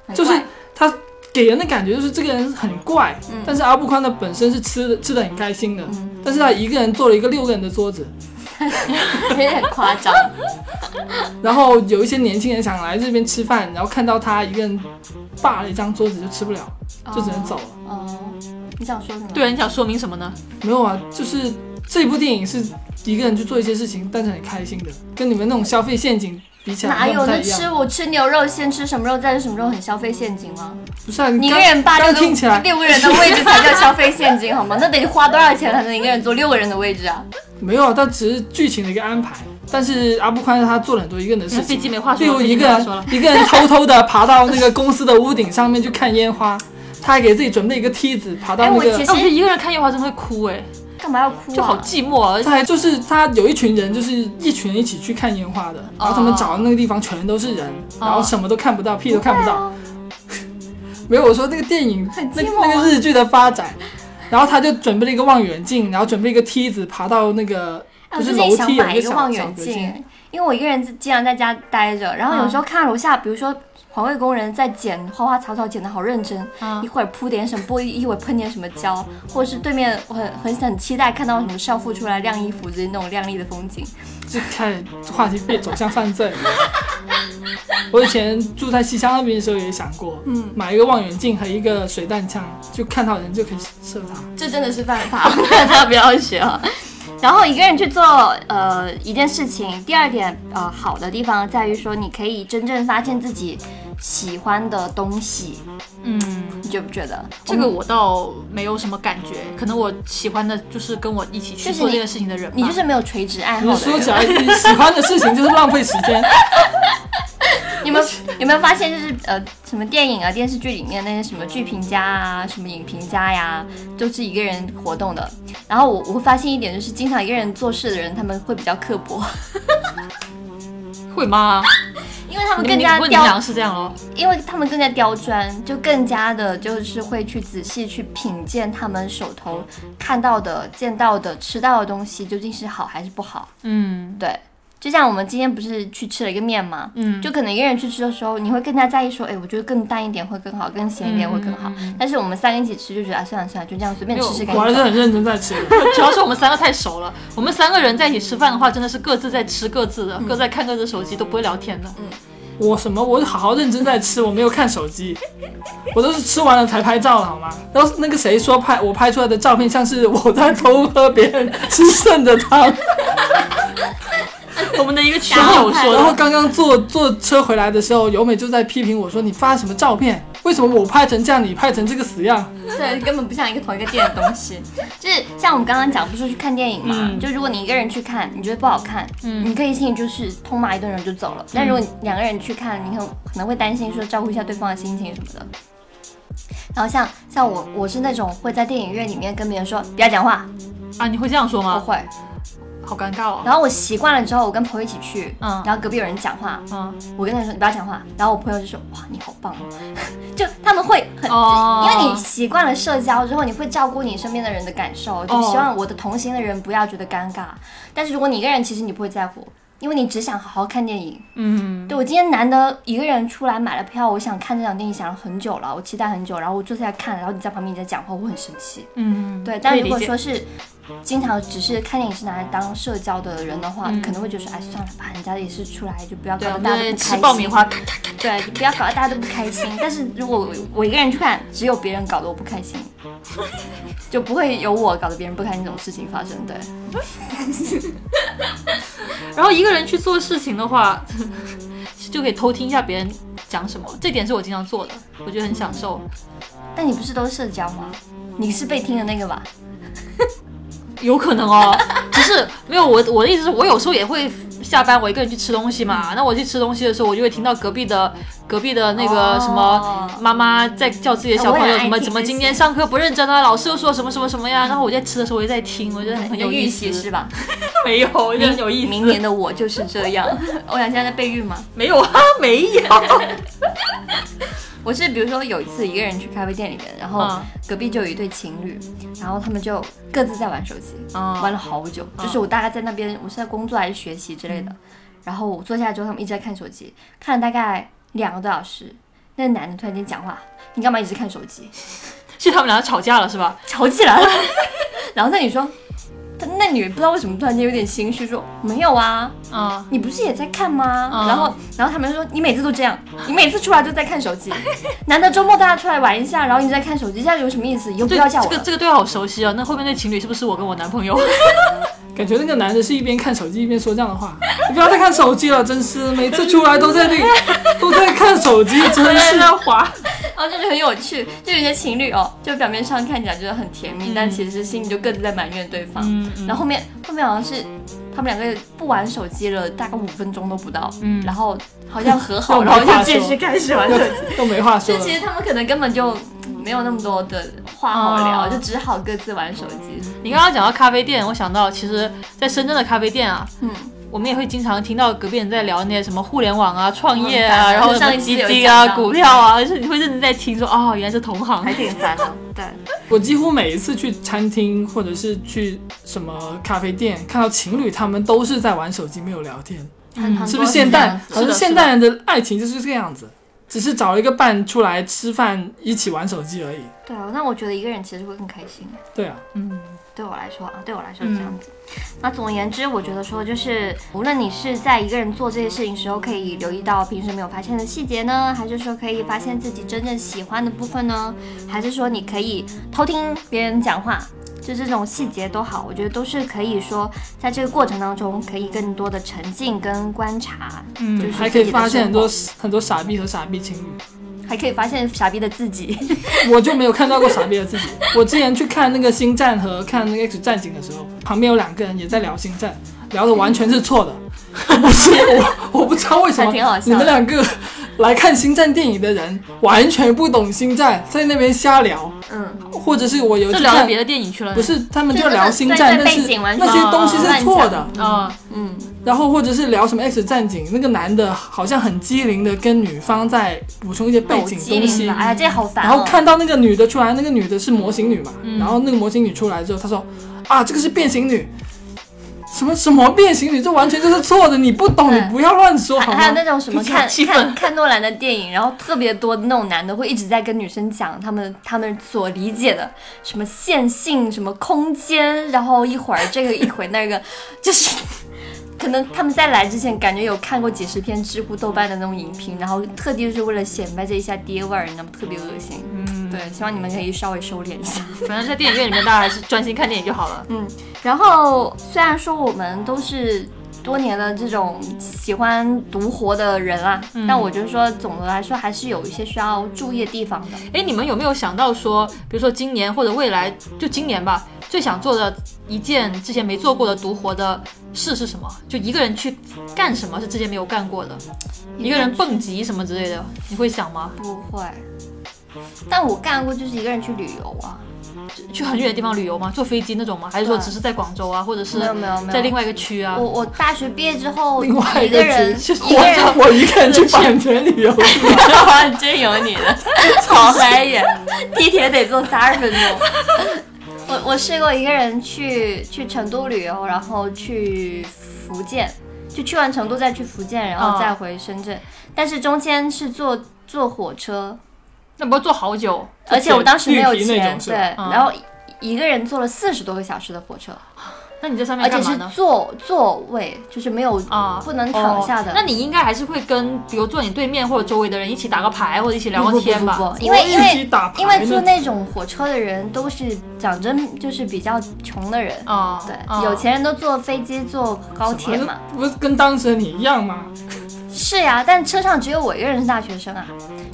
[SPEAKER 1] 很
[SPEAKER 3] 就是
[SPEAKER 1] 怪
[SPEAKER 3] 他给人的感觉就是这个人很怪，
[SPEAKER 1] 嗯
[SPEAKER 3] 但是阿布宽的本身是吃的吃的很开心的，
[SPEAKER 1] 嗯
[SPEAKER 3] 但是他一个人做了一个六个人的桌子，
[SPEAKER 1] 有点夸张。
[SPEAKER 3] 然后有一些年轻人想来这边吃饭，然后看到他一个人霸了一张桌子就吃不了， [LAUGHS] 就只能走了。
[SPEAKER 1] 哦，你想说什么？，
[SPEAKER 2] 对，你想说明什么呢？
[SPEAKER 3] 没有啊，就是这部电影是一个人去做一些事情，但是很开心的，跟你们那种消费陷阱比起来
[SPEAKER 1] 哪有
[SPEAKER 3] 不太
[SPEAKER 1] 那
[SPEAKER 3] 一样
[SPEAKER 1] 吃我吃牛肉先吃什么肉再吃什么肉很消费现金吗？
[SPEAKER 3] 不是啊，
[SPEAKER 1] 你一
[SPEAKER 3] 刚
[SPEAKER 1] 个人霸
[SPEAKER 3] 刚
[SPEAKER 1] 六
[SPEAKER 3] 听起
[SPEAKER 1] 个
[SPEAKER 3] 来
[SPEAKER 1] 六个人的位置才叫消费现金好吗？ [LAUGHS] 那得花多少钱才能一个人坐六个人的位置啊？
[SPEAKER 3] 没有，啊，它只是剧情的一个安排。但是阿布宽他做了很多一个人的事
[SPEAKER 2] 飞
[SPEAKER 3] 情，
[SPEAKER 2] 机没
[SPEAKER 1] 啊
[SPEAKER 2] 话
[SPEAKER 3] 例
[SPEAKER 2] 说，
[SPEAKER 3] 如
[SPEAKER 2] 飞
[SPEAKER 3] 一
[SPEAKER 2] 机
[SPEAKER 3] 个
[SPEAKER 2] 没话说
[SPEAKER 3] 人
[SPEAKER 2] 了。
[SPEAKER 3] 一个人偷偷的爬到那个公司的屋顶上面去看烟花，他还给自己准备一个梯子，爬到
[SPEAKER 1] 哎，
[SPEAKER 3] 那
[SPEAKER 1] 我
[SPEAKER 3] 个
[SPEAKER 1] 其
[SPEAKER 2] 哎，我觉得
[SPEAKER 1] 实
[SPEAKER 2] 一个人看夜华真的会哭哎、
[SPEAKER 1] 干嘛要哭啊？
[SPEAKER 2] 就好寂寞啊。
[SPEAKER 3] 他还就是他有一群人，就是一群人一起去看烟花的，然后他们
[SPEAKER 1] 哦
[SPEAKER 3] 找的那个地方全都是人，然后什么都看不到，屁都看不
[SPEAKER 1] 哎
[SPEAKER 3] 到。没有，我说那个电影
[SPEAKER 1] 啊很
[SPEAKER 3] 那
[SPEAKER 1] 寂寞啊
[SPEAKER 3] 那个日剧的发展，然后他就准备了一个望远镜，然后准备一个梯子爬到那个
[SPEAKER 1] 哎，
[SPEAKER 3] 就
[SPEAKER 1] 我
[SPEAKER 3] 是
[SPEAKER 1] 最近
[SPEAKER 3] 楼
[SPEAKER 1] 想
[SPEAKER 3] 梯有
[SPEAKER 1] 买
[SPEAKER 3] 一
[SPEAKER 1] 一
[SPEAKER 3] 个
[SPEAKER 1] 个
[SPEAKER 3] 小
[SPEAKER 1] 望
[SPEAKER 3] 小
[SPEAKER 1] 远
[SPEAKER 3] 隔
[SPEAKER 1] 镜
[SPEAKER 3] 间，，嗯
[SPEAKER 1] 因为我一个人经常在家待着，然后有时候看楼下，比如说环卫工人在捡花花草草，捡的好认真，
[SPEAKER 2] 嗯
[SPEAKER 1] 一会儿铺点什么玻璃，一会儿喷点什么胶，或者是对面我很很很期待看到什么少妇出来晾衣服之类那种靓丽的风景。
[SPEAKER 3] 就开始话题被走向犯罪。 [LAUGHS] 我以前住在西乡那边的时候也想过，嗯，买一个望远镜和一个水弹枪，就看到人就可以射他。
[SPEAKER 1] 这真的是犯
[SPEAKER 2] [LAUGHS]
[SPEAKER 1] 法，大家不要学啊。然后一个人去做呃一件事情，第二点呃好的地方在于说，你可以真正发现自己喜欢的东西，
[SPEAKER 2] 嗯，
[SPEAKER 1] 你觉不觉得？
[SPEAKER 2] 这个我倒没有什么感觉，可能我喜欢的就是跟我一起去
[SPEAKER 1] 就是
[SPEAKER 2] 做
[SPEAKER 1] 你
[SPEAKER 2] 这个事情的人吧。
[SPEAKER 1] 你就是没有垂直爱好
[SPEAKER 3] 你
[SPEAKER 1] 的
[SPEAKER 3] 说
[SPEAKER 1] 人。
[SPEAKER 3] 起来，你喜欢的事情就是浪费时间。 [LAUGHS]
[SPEAKER 1] 你们有没有发现，就是呃，什么电影啊、电视剧里面那些什么剧评家啊、什么影评家呀，都是一个人活动的。然后我我会发现一点，就是经常一个人做事的人，他们会比较刻薄，
[SPEAKER 2] 会吗？
[SPEAKER 1] [LAUGHS] 因为他们
[SPEAKER 2] 你
[SPEAKER 1] 更
[SPEAKER 2] 你
[SPEAKER 1] 加
[SPEAKER 2] 不过你们两
[SPEAKER 1] 刁
[SPEAKER 2] 个，是这样咯。
[SPEAKER 1] 因为他们更加刁钻，就更加的就是会去仔细去品鉴他们手头看到的、见到的、吃到的东西究竟是好还是不好。
[SPEAKER 2] 嗯
[SPEAKER 1] 对，就像我们今天不是去吃了一个面吗？
[SPEAKER 2] 嗯，
[SPEAKER 1] 就可能一个人去吃的时候，你会更加在意说，哎，我觉得更淡一点会更好，更咸一点会更好。但是我们三个一起吃就觉得啊，算了算了，就这样随便吃吃看
[SPEAKER 3] 我。还是很认真在吃的。
[SPEAKER 2] 主要是我们三个太熟了，我们三个人在一起吃饭的话，真的是各自在吃各自
[SPEAKER 1] 嗯
[SPEAKER 2] 的，各自在看各自的手机，都不会聊 [LAUGHS] 天的。
[SPEAKER 3] 我什么？我好好认真在吃，我没有看手机，我都是吃完了才拍照的好吗？然后那个谁说拍我拍出来的照片像是我在偷喝别人吃剩的汤，
[SPEAKER 2] 我们的一个群
[SPEAKER 3] 然后
[SPEAKER 2] 友说
[SPEAKER 3] 然后
[SPEAKER 2] 的，
[SPEAKER 3] 刚刚坐坐车回来的时候，由美就在批评我说你发什么照片？为什么我拍成这样，你拍成这个死样？
[SPEAKER 1] 对，根本不像一个同一个店的东西。 [LAUGHS] 嗯就是像我们刚刚讲，不是说去看电影嘛？就如果你一个人去看，你觉得不好看，你可以心里就是痛骂一顿，人就走了。但如果你两个人去看，你很可能会担心说照顾一下对方的心情什么的。然后像像我，我是那种会在电影院里面跟别人说不要讲话，
[SPEAKER 2] 啊，你会这样说
[SPEAKER 1] 不
[SPEAKER 2] 吗？
[SPEAKER 1] 会。
[SPEAKER 2] 好尴尬哦。
[SPEAKER 1] 然后我习惯了之后，我跟朋友一起去，
[SPEAKER 2] 嗯
[SPEAKER 1] 然后隔壁有人讲话，
[SPEAKER 2] 嗯，
[SPEAKER 1] 我跟他说你不要讲话，然后我朋友就说哇你好棒哦， [LAUGHS] 就他们会很，
[SPEAKER 2] [LAUGHS] 哦，
[SPEAKER 1] 因为你习惯了社交之后，你会照顾你身边的人的感受，
[SPEAKER 2] 哦
[SPEAKER 1] 就希望我的同行的人不要觉得尴尬。但是如果你一个人，其实你不会在乎，因为你只想好好看电影。
[SPEAKER 2] 嗯，
[SPEAKER 1] 对我今天难得一个人出来买了票，我想看这场电影，想了很久了，我期待很久，然后我坐下来看，然后你在旁边你在讲话，我很生气。
[SPEAKER 2] 嗯，
[SPEAKER 1] 对，但
[SPEAKER 2] 可以
[SPEAKER 1] 如果
[SPEAKER 2] 理解
[SPEAKER 1] 说是经常只是看电影是拿来当社交的人的话，可能会觉得说，哎，算了吧，人家也是出来，就不要搞
[SPEAKER 2] 嗯对，啊我
[SPEAKER 1] 得
[SPEAKER 2] 们
[SPEAKER 1] 大家都
[SPEAKER 2] 在
[SPEAKER 1] 不开
[SPEAKER 2] 吃
[SPEAKER 1] 心。
[SPEAKER 2] 爆米花，
[SPEAKER 1] 对，不要搞得大家都不
[SPEAKER 2] [LAUGHS]
[SPEAKER 1] 开心。但是如果我我一个人去看，只有别人搞得我不开心，就不会有我搞得别人不开心这种事情发生。对，
[SPEAKER 2] 然后一个人去做事情的话， [LAUGHS] 就可以偷听一下别人讲什么，这点是我经常做的，我觉得很享受。
[SPEAKER 1] 但你不是都社交吗？你是被听的那个吧？
[SPEAKER 2] 有可能哦， [LAUGHS] 只是没有我我的意思是我有时候也会下班我一个人去吃东西嘛，那我去吃东西的时候，我就会听到隔壁的隔壁的那个
[SPEAKER 1] 哦
[SPEAKER 2] 什么妈妈在叫自己的小朋友
[SPEAKER 1] 我也爱
[SPEAKER 2] 什么
[SPEAKER 1] 听
[SPEAKER 2] 怎么
[SPEAKER 1] 这些
[SPEAKER 2] 今天上课不认真啊，老师又说什么什么什么呀，然后我在吃的时候我就在听，我觉得很有
[SPEAKER 1] 预
[SPEAKER 2] 意
[SPEAKER 1] 习
[SPEAKER 2] 思，
[SPEAKER 1] 是吧？
[SPEAKER 2] 没有，我觉得很有意
[SPEAKER 1] 明
[SPEAKER 2] 思，
[SPEAKER 1] 年的我就是这样。 [LAUGHS] 欧阳现在在备孕吗？
[SPEAKER 2] 没有啊，没有，
[SPEAKER 1] 我是比如说有一次一个人去咖啡店里面，然后
[SPEAKER 2] 嗯
[SPEAKER 1] 隔壁就有一对情侣，然后他们就各自在玩手机，
[SPEAKER 2] 嗯嗯
[SPEAKER 1] 玩了好久。就是我大概在那边，我是在工作还是学习之类的。然后我坐下来之后，他们一直在看手机，看了大概两个多小时。那个男的突然间讲话：“你干嘛一直看手机
[SPEAKER 2] 是他们俩吵架了是吧？？” [LAUGHS]
[SPEAKER 1] 吵起来了。然后那女说：“她那女人不知道为什么突然间有点心虚，说没有啊，
[SPEAKER 2] 啊，
[SPEAKER 1] 你不是也在看吗？
[SPEAKER 2] 嗯
[SPEAKER 1] 然后，然后他们说你每次都这样，你每次出来就在看手机， [LAUGHS] 难得周末大家出来玩一下，然后你在看手机，这样有什么意思？以后不
[SPEAKER 2] 对
[SPEAKER 1] 要叫
[SPEAKER 2] 这
[SPEAKER 1] 我
[SPEAKER 2] 个
[SPEAKER 1] 了。
[SPEAKER 2] 这个对话好熟悉啊，那后面那情侣是不是我跟我男朋友？
[SPEAKER 3] 感觉那个男的是一边看手机一边说这样的话，你不要再看手机了，真是每次出来都在那都在看手机，真是
[SPEAKER 2] 在滑，
[SPEAKER 1] 然后哦就是很有趣，就有些情侣哦，就表面上看起来觉得很甜蜜，
[SPEAKER 2] 嗯
[SPEAKER 1] 但其实心里就各自在埋怨对方。
[SPEAKER 2] 嗯嗯 [LAUGHS]
[SPEAKER 1] 然后后面后面好像是他们两个不玩手机了，大概五分钟都不到，
[SPEAKER 2] 嗯
[SPEAKER 1] 然后好像和好， [LAUGHS]
[SPEAKER 3] 又没
[SPEAKER 1] 然后
[SPEAKER 3] 话
[SPEAKER 1] 就继续开始
[SPEAKER 2] [LAUGHS]
[SPEAKER 1] 玩手机。
[SPEAKER 3] 都没话说
[SPEAKER 1] 就
[SPEAKER 3] 了
[SPEAKER 1] 其。实他们可能根本就没有那么多的话好聊，
[SPEAKER 2] 哦
[SPEAKER 1] 就只好各自玩手机。
[SPEAKER 2] 你刚刚讲到咖啡店，我想到其实，在深圳的咖啡店啊，
[SPEAKER 1] 嗯，
[SPEAKER 2] 我们也会经常听到隔壁人在聊那些什么互联网啊、创业啊，
[SPEAKER 1] 嗯
[SPEAKER 2] 然后什
[SPEAKER 1] 上
[SPEAKER 2] 么
[SPEAKER 1] 一期
[SPEAKER 2] 基
[SPEAKER 1] 有
[SPEAKER 2] 金啊、
[SPEAKER 1] 讲到嗯
[SPEAKER 2] 股票啊，就是你会认真在听说，哦，原来是同行，
[SPEAKER 1] 还挺烦的。对，
[SPEAKER 3] 我几乎每一次去餐厅或者是去什么咖啡店，看到情侣他们都是在玩手机，没有聊天，
[SPEAKER 2] 嗯
[SPEAKER 1] 很很
[SPEAKER 3] 是不
[SPEAKER 1] 多
[SPEAKER 3] 是现
[SPEAKER 1] 这
[SPEAKER 3] 代
[SPEAKER 1] 样？子
[SPEAKER 3] 好像现代人的爱情就是这个样子，只是找了一个伴出来吃饭，一起玩手机而已。
[SPEAKER 1] 对啊，那我觉得一个人其实会更开心。
[SPEAKER 3] 对啊，
[SPEAKER 2] 嗯
[SPEAKER 1] 对我来说啊，对我来说是这
[SPEAKER 3] 嗯
[SPEAKER 1] 样子。那总而言之，我觉得说就是，无论你是在一个人做这些事情时候，可以留意到平时没有发现的细节呢，还是说可以发现自己真正喜欢的部分呢，还是说你可以偷听别人讲话，就这种细节都好，我觉得都是可以说在这个过程当中可以更多的沉浸跟观察，就
[SPEAKER 2] 嗯，
[SPEAKER 1] 是
[SPEAKER 3] 还可以发现很多
[SPEAKER 1] 自
[SPEAKER 3] 很多傻逼和傻逼情侣。
[SPEAKER 1] 还可以发现傻逼的自己。 [LAUGHS]
[SPEAKER 3] 我就没有看到过傻逼的自己。我之前去看那个《星战》和看那个《X 战警》的时候，旁边有两个人也在聊《星战》，聊的完全是错的。不是我，我不知道为什么
[SPEAKER 1] 还挺好笑的
[SPEAKER 3] 你们两个来看《星战》电影的人完全不懂《星战》，在那边瞎聊，
[SPEAKER 1] 嗯，
[SPEAKER 3] 或者是我有
[SPEAKER 2] 就
[SPEAKER 3] 去
[SPEAKER 2] 聊了
[SPEAKER 3] 看
[SPEAKER 2] 别，的电影去了，
[SPEAKER 3] 不是他们就
[SPEAKER 1] 就那
[SPEAKER 3] 聊
[SPEAKER 1] 个
[SPEAKER 3] 《星战》，
[SPEAKER 1] 对
[SPEAKER 3] 但
[SPEAKER 1] 背
[SPEAKER 3] 是
[SPEAKER 1] 景完全
[SPEAKER 3] 那些东西是错的。
[SPEAKER 2] 啊，
[SPEAKER 1] 嗯，
[SPEAKER 3] 然后或者是聊什么《X 战警》，那个男的好像很机灵的跟女方在补充一些背
[SPEAKER 1] 抖
[SPEAKER 3] 景
[SPEAKER 1] 机
[SPEAKER 3] 东
[SPEAKER 1] 灵
[SPEAKER 3] 西
[SPEAKER 1] 了，，哎呀，这好烦、哦。嗯
[SPEAKER 3] 然后看到那个女的出来，那个女的是模型女嘛，然后那个模型女出来之后，她说啊，这个是变形女，什么什么变形女，这完全就是错的，你不懂，你
[SPEAKER 1] 嗯
[SPEAKER 3] 不要乱说好
[SPEAKER 1] 还
[SPEAKER 3] 吗？
[SPEAKER 1] 还有那种什么
[SPEAKER 2] 就是有
[SPEAKER 1] 看
[SPEAKER 2] 气氛
[SPEAKER 1] 看看诺兰的电影，然后特别多那种男的会一直在跟女生讲他们他们所理解的什么线性、什么空间，然后一会儿这个一会儿那个， [LAUGHS] 就是可能他们在来之前感觉有看过几十篇知乎、豆瓣的那种影评，然后特地就是为了显摆这一下爹味儿，那么特别恶心。
[SPEAKER 2] 嗯，
[SPEAKER 1] 对，希望你们可以稍微收敛一下。
[SPEAKER 2] 反正在电影院里面大家还是专心看电影就好了，
[SPEAKER 1] 嗯然后虽然说我们都是多年的这种喜欢独活的人啦、
[SPEAKER 2] 嗯
[SPEAKER 1] 但我觉得说总的来说还是有一些需要注意的地方的。
[SPEAKER 2] 哎，你们有没有想到说，比如说今年或者未来，就今年吧，最想做的一件之前没做过的独活的事是什么？就一个人去干什么是之前没有干过的，一个人蹦极什么之类的，你会想吗？
[SPEAKER 1] 不会，但我干过就是一个人去旅游啊，
[SPEAKER 2] 去去很远的地方旅游吗？坐飞机那种吗？还是说
[SPEAKER 1] 对
[SPEAKER 2] 只是在广州啊，或者是
[SPEAKER 1] 没有没有没有
[SPEAKER 2] 在另外一个区啊
[SPEAKER 1] 我？我大学毕业之后
[SPEAKER 3] 另外
[SPEAKER 1] 一
[SPEAKER 3] 一个
[SPEAKER 1] 个人
[SPEAKER 3] 局，
[SPEAKER 1] 一个人
[SPEAKER 3] 我我一个人去版权旅游，
[SPEAKER 2] [LAUGHS]
[SPEAKER 1] 哇，真有你的，好嗨呀！地铁得坐三十分钟。 [LAUGHS] 我我试过一个人去去成都旅游，然后去福建，就去完成都再去福建，然后再回深圳，但是中间是坐坐火车，
[SPEAKER 2] 那不要坐好久，
[SPEAKER 1] 而且我当时没有
[SPEAKER 3] 绿皮那
[SPEAKER 1] 钱，
[SPEAKER 3] 种是
[SPEAKER 1] 对
[SPEAKER 3] 吧，
[SPEAKER 2] 嗯
[SPEAKER 1] 然后一。一个人坐了四十多个小时的火车，
[SPEAKER 2] 那你在上面
[SPEAKER 1] 而且
[SPEAKER 2] 干嘛
[SPEAKER 1] 是
[SPEAKER 2] 呢？
[SPEAKER 1] 座座位，就是没有
[SPEAKER 2] 啊，
[SPEAKER 1] 不能躺下的。
[SPEAKER 2] 那你应该还是会跟，比如坐你对面或者周围的人一起打个牌，或者一起聊
[SPEAKER 1] 不
[SPEAKER 2] 个
[SPEAKER 1] 不
[SPEAKER 2] 天吧。
[SPEAKER 1] 不不不 [LAUGHS] 因为因
[SPEAKER 3] 我一起
[SPEAKER 1] 为
[SPEAKER 3] 打牌呢
[SPEAKER 1] 因为坐那种火车的人都是讲真就是比较穷的人，
[SPEAKER 2] 啊，
[SPEAKER 1] 对，
[SPEAKER 2] 啊
[SPEAKER 1] 有钱人都坐飞机坐高铁嘛。
[SPEAKER 3] 不是跟当时你一样吗？
[SPEAKER 1] 是呀、但车上只有我一个人是大学生啊，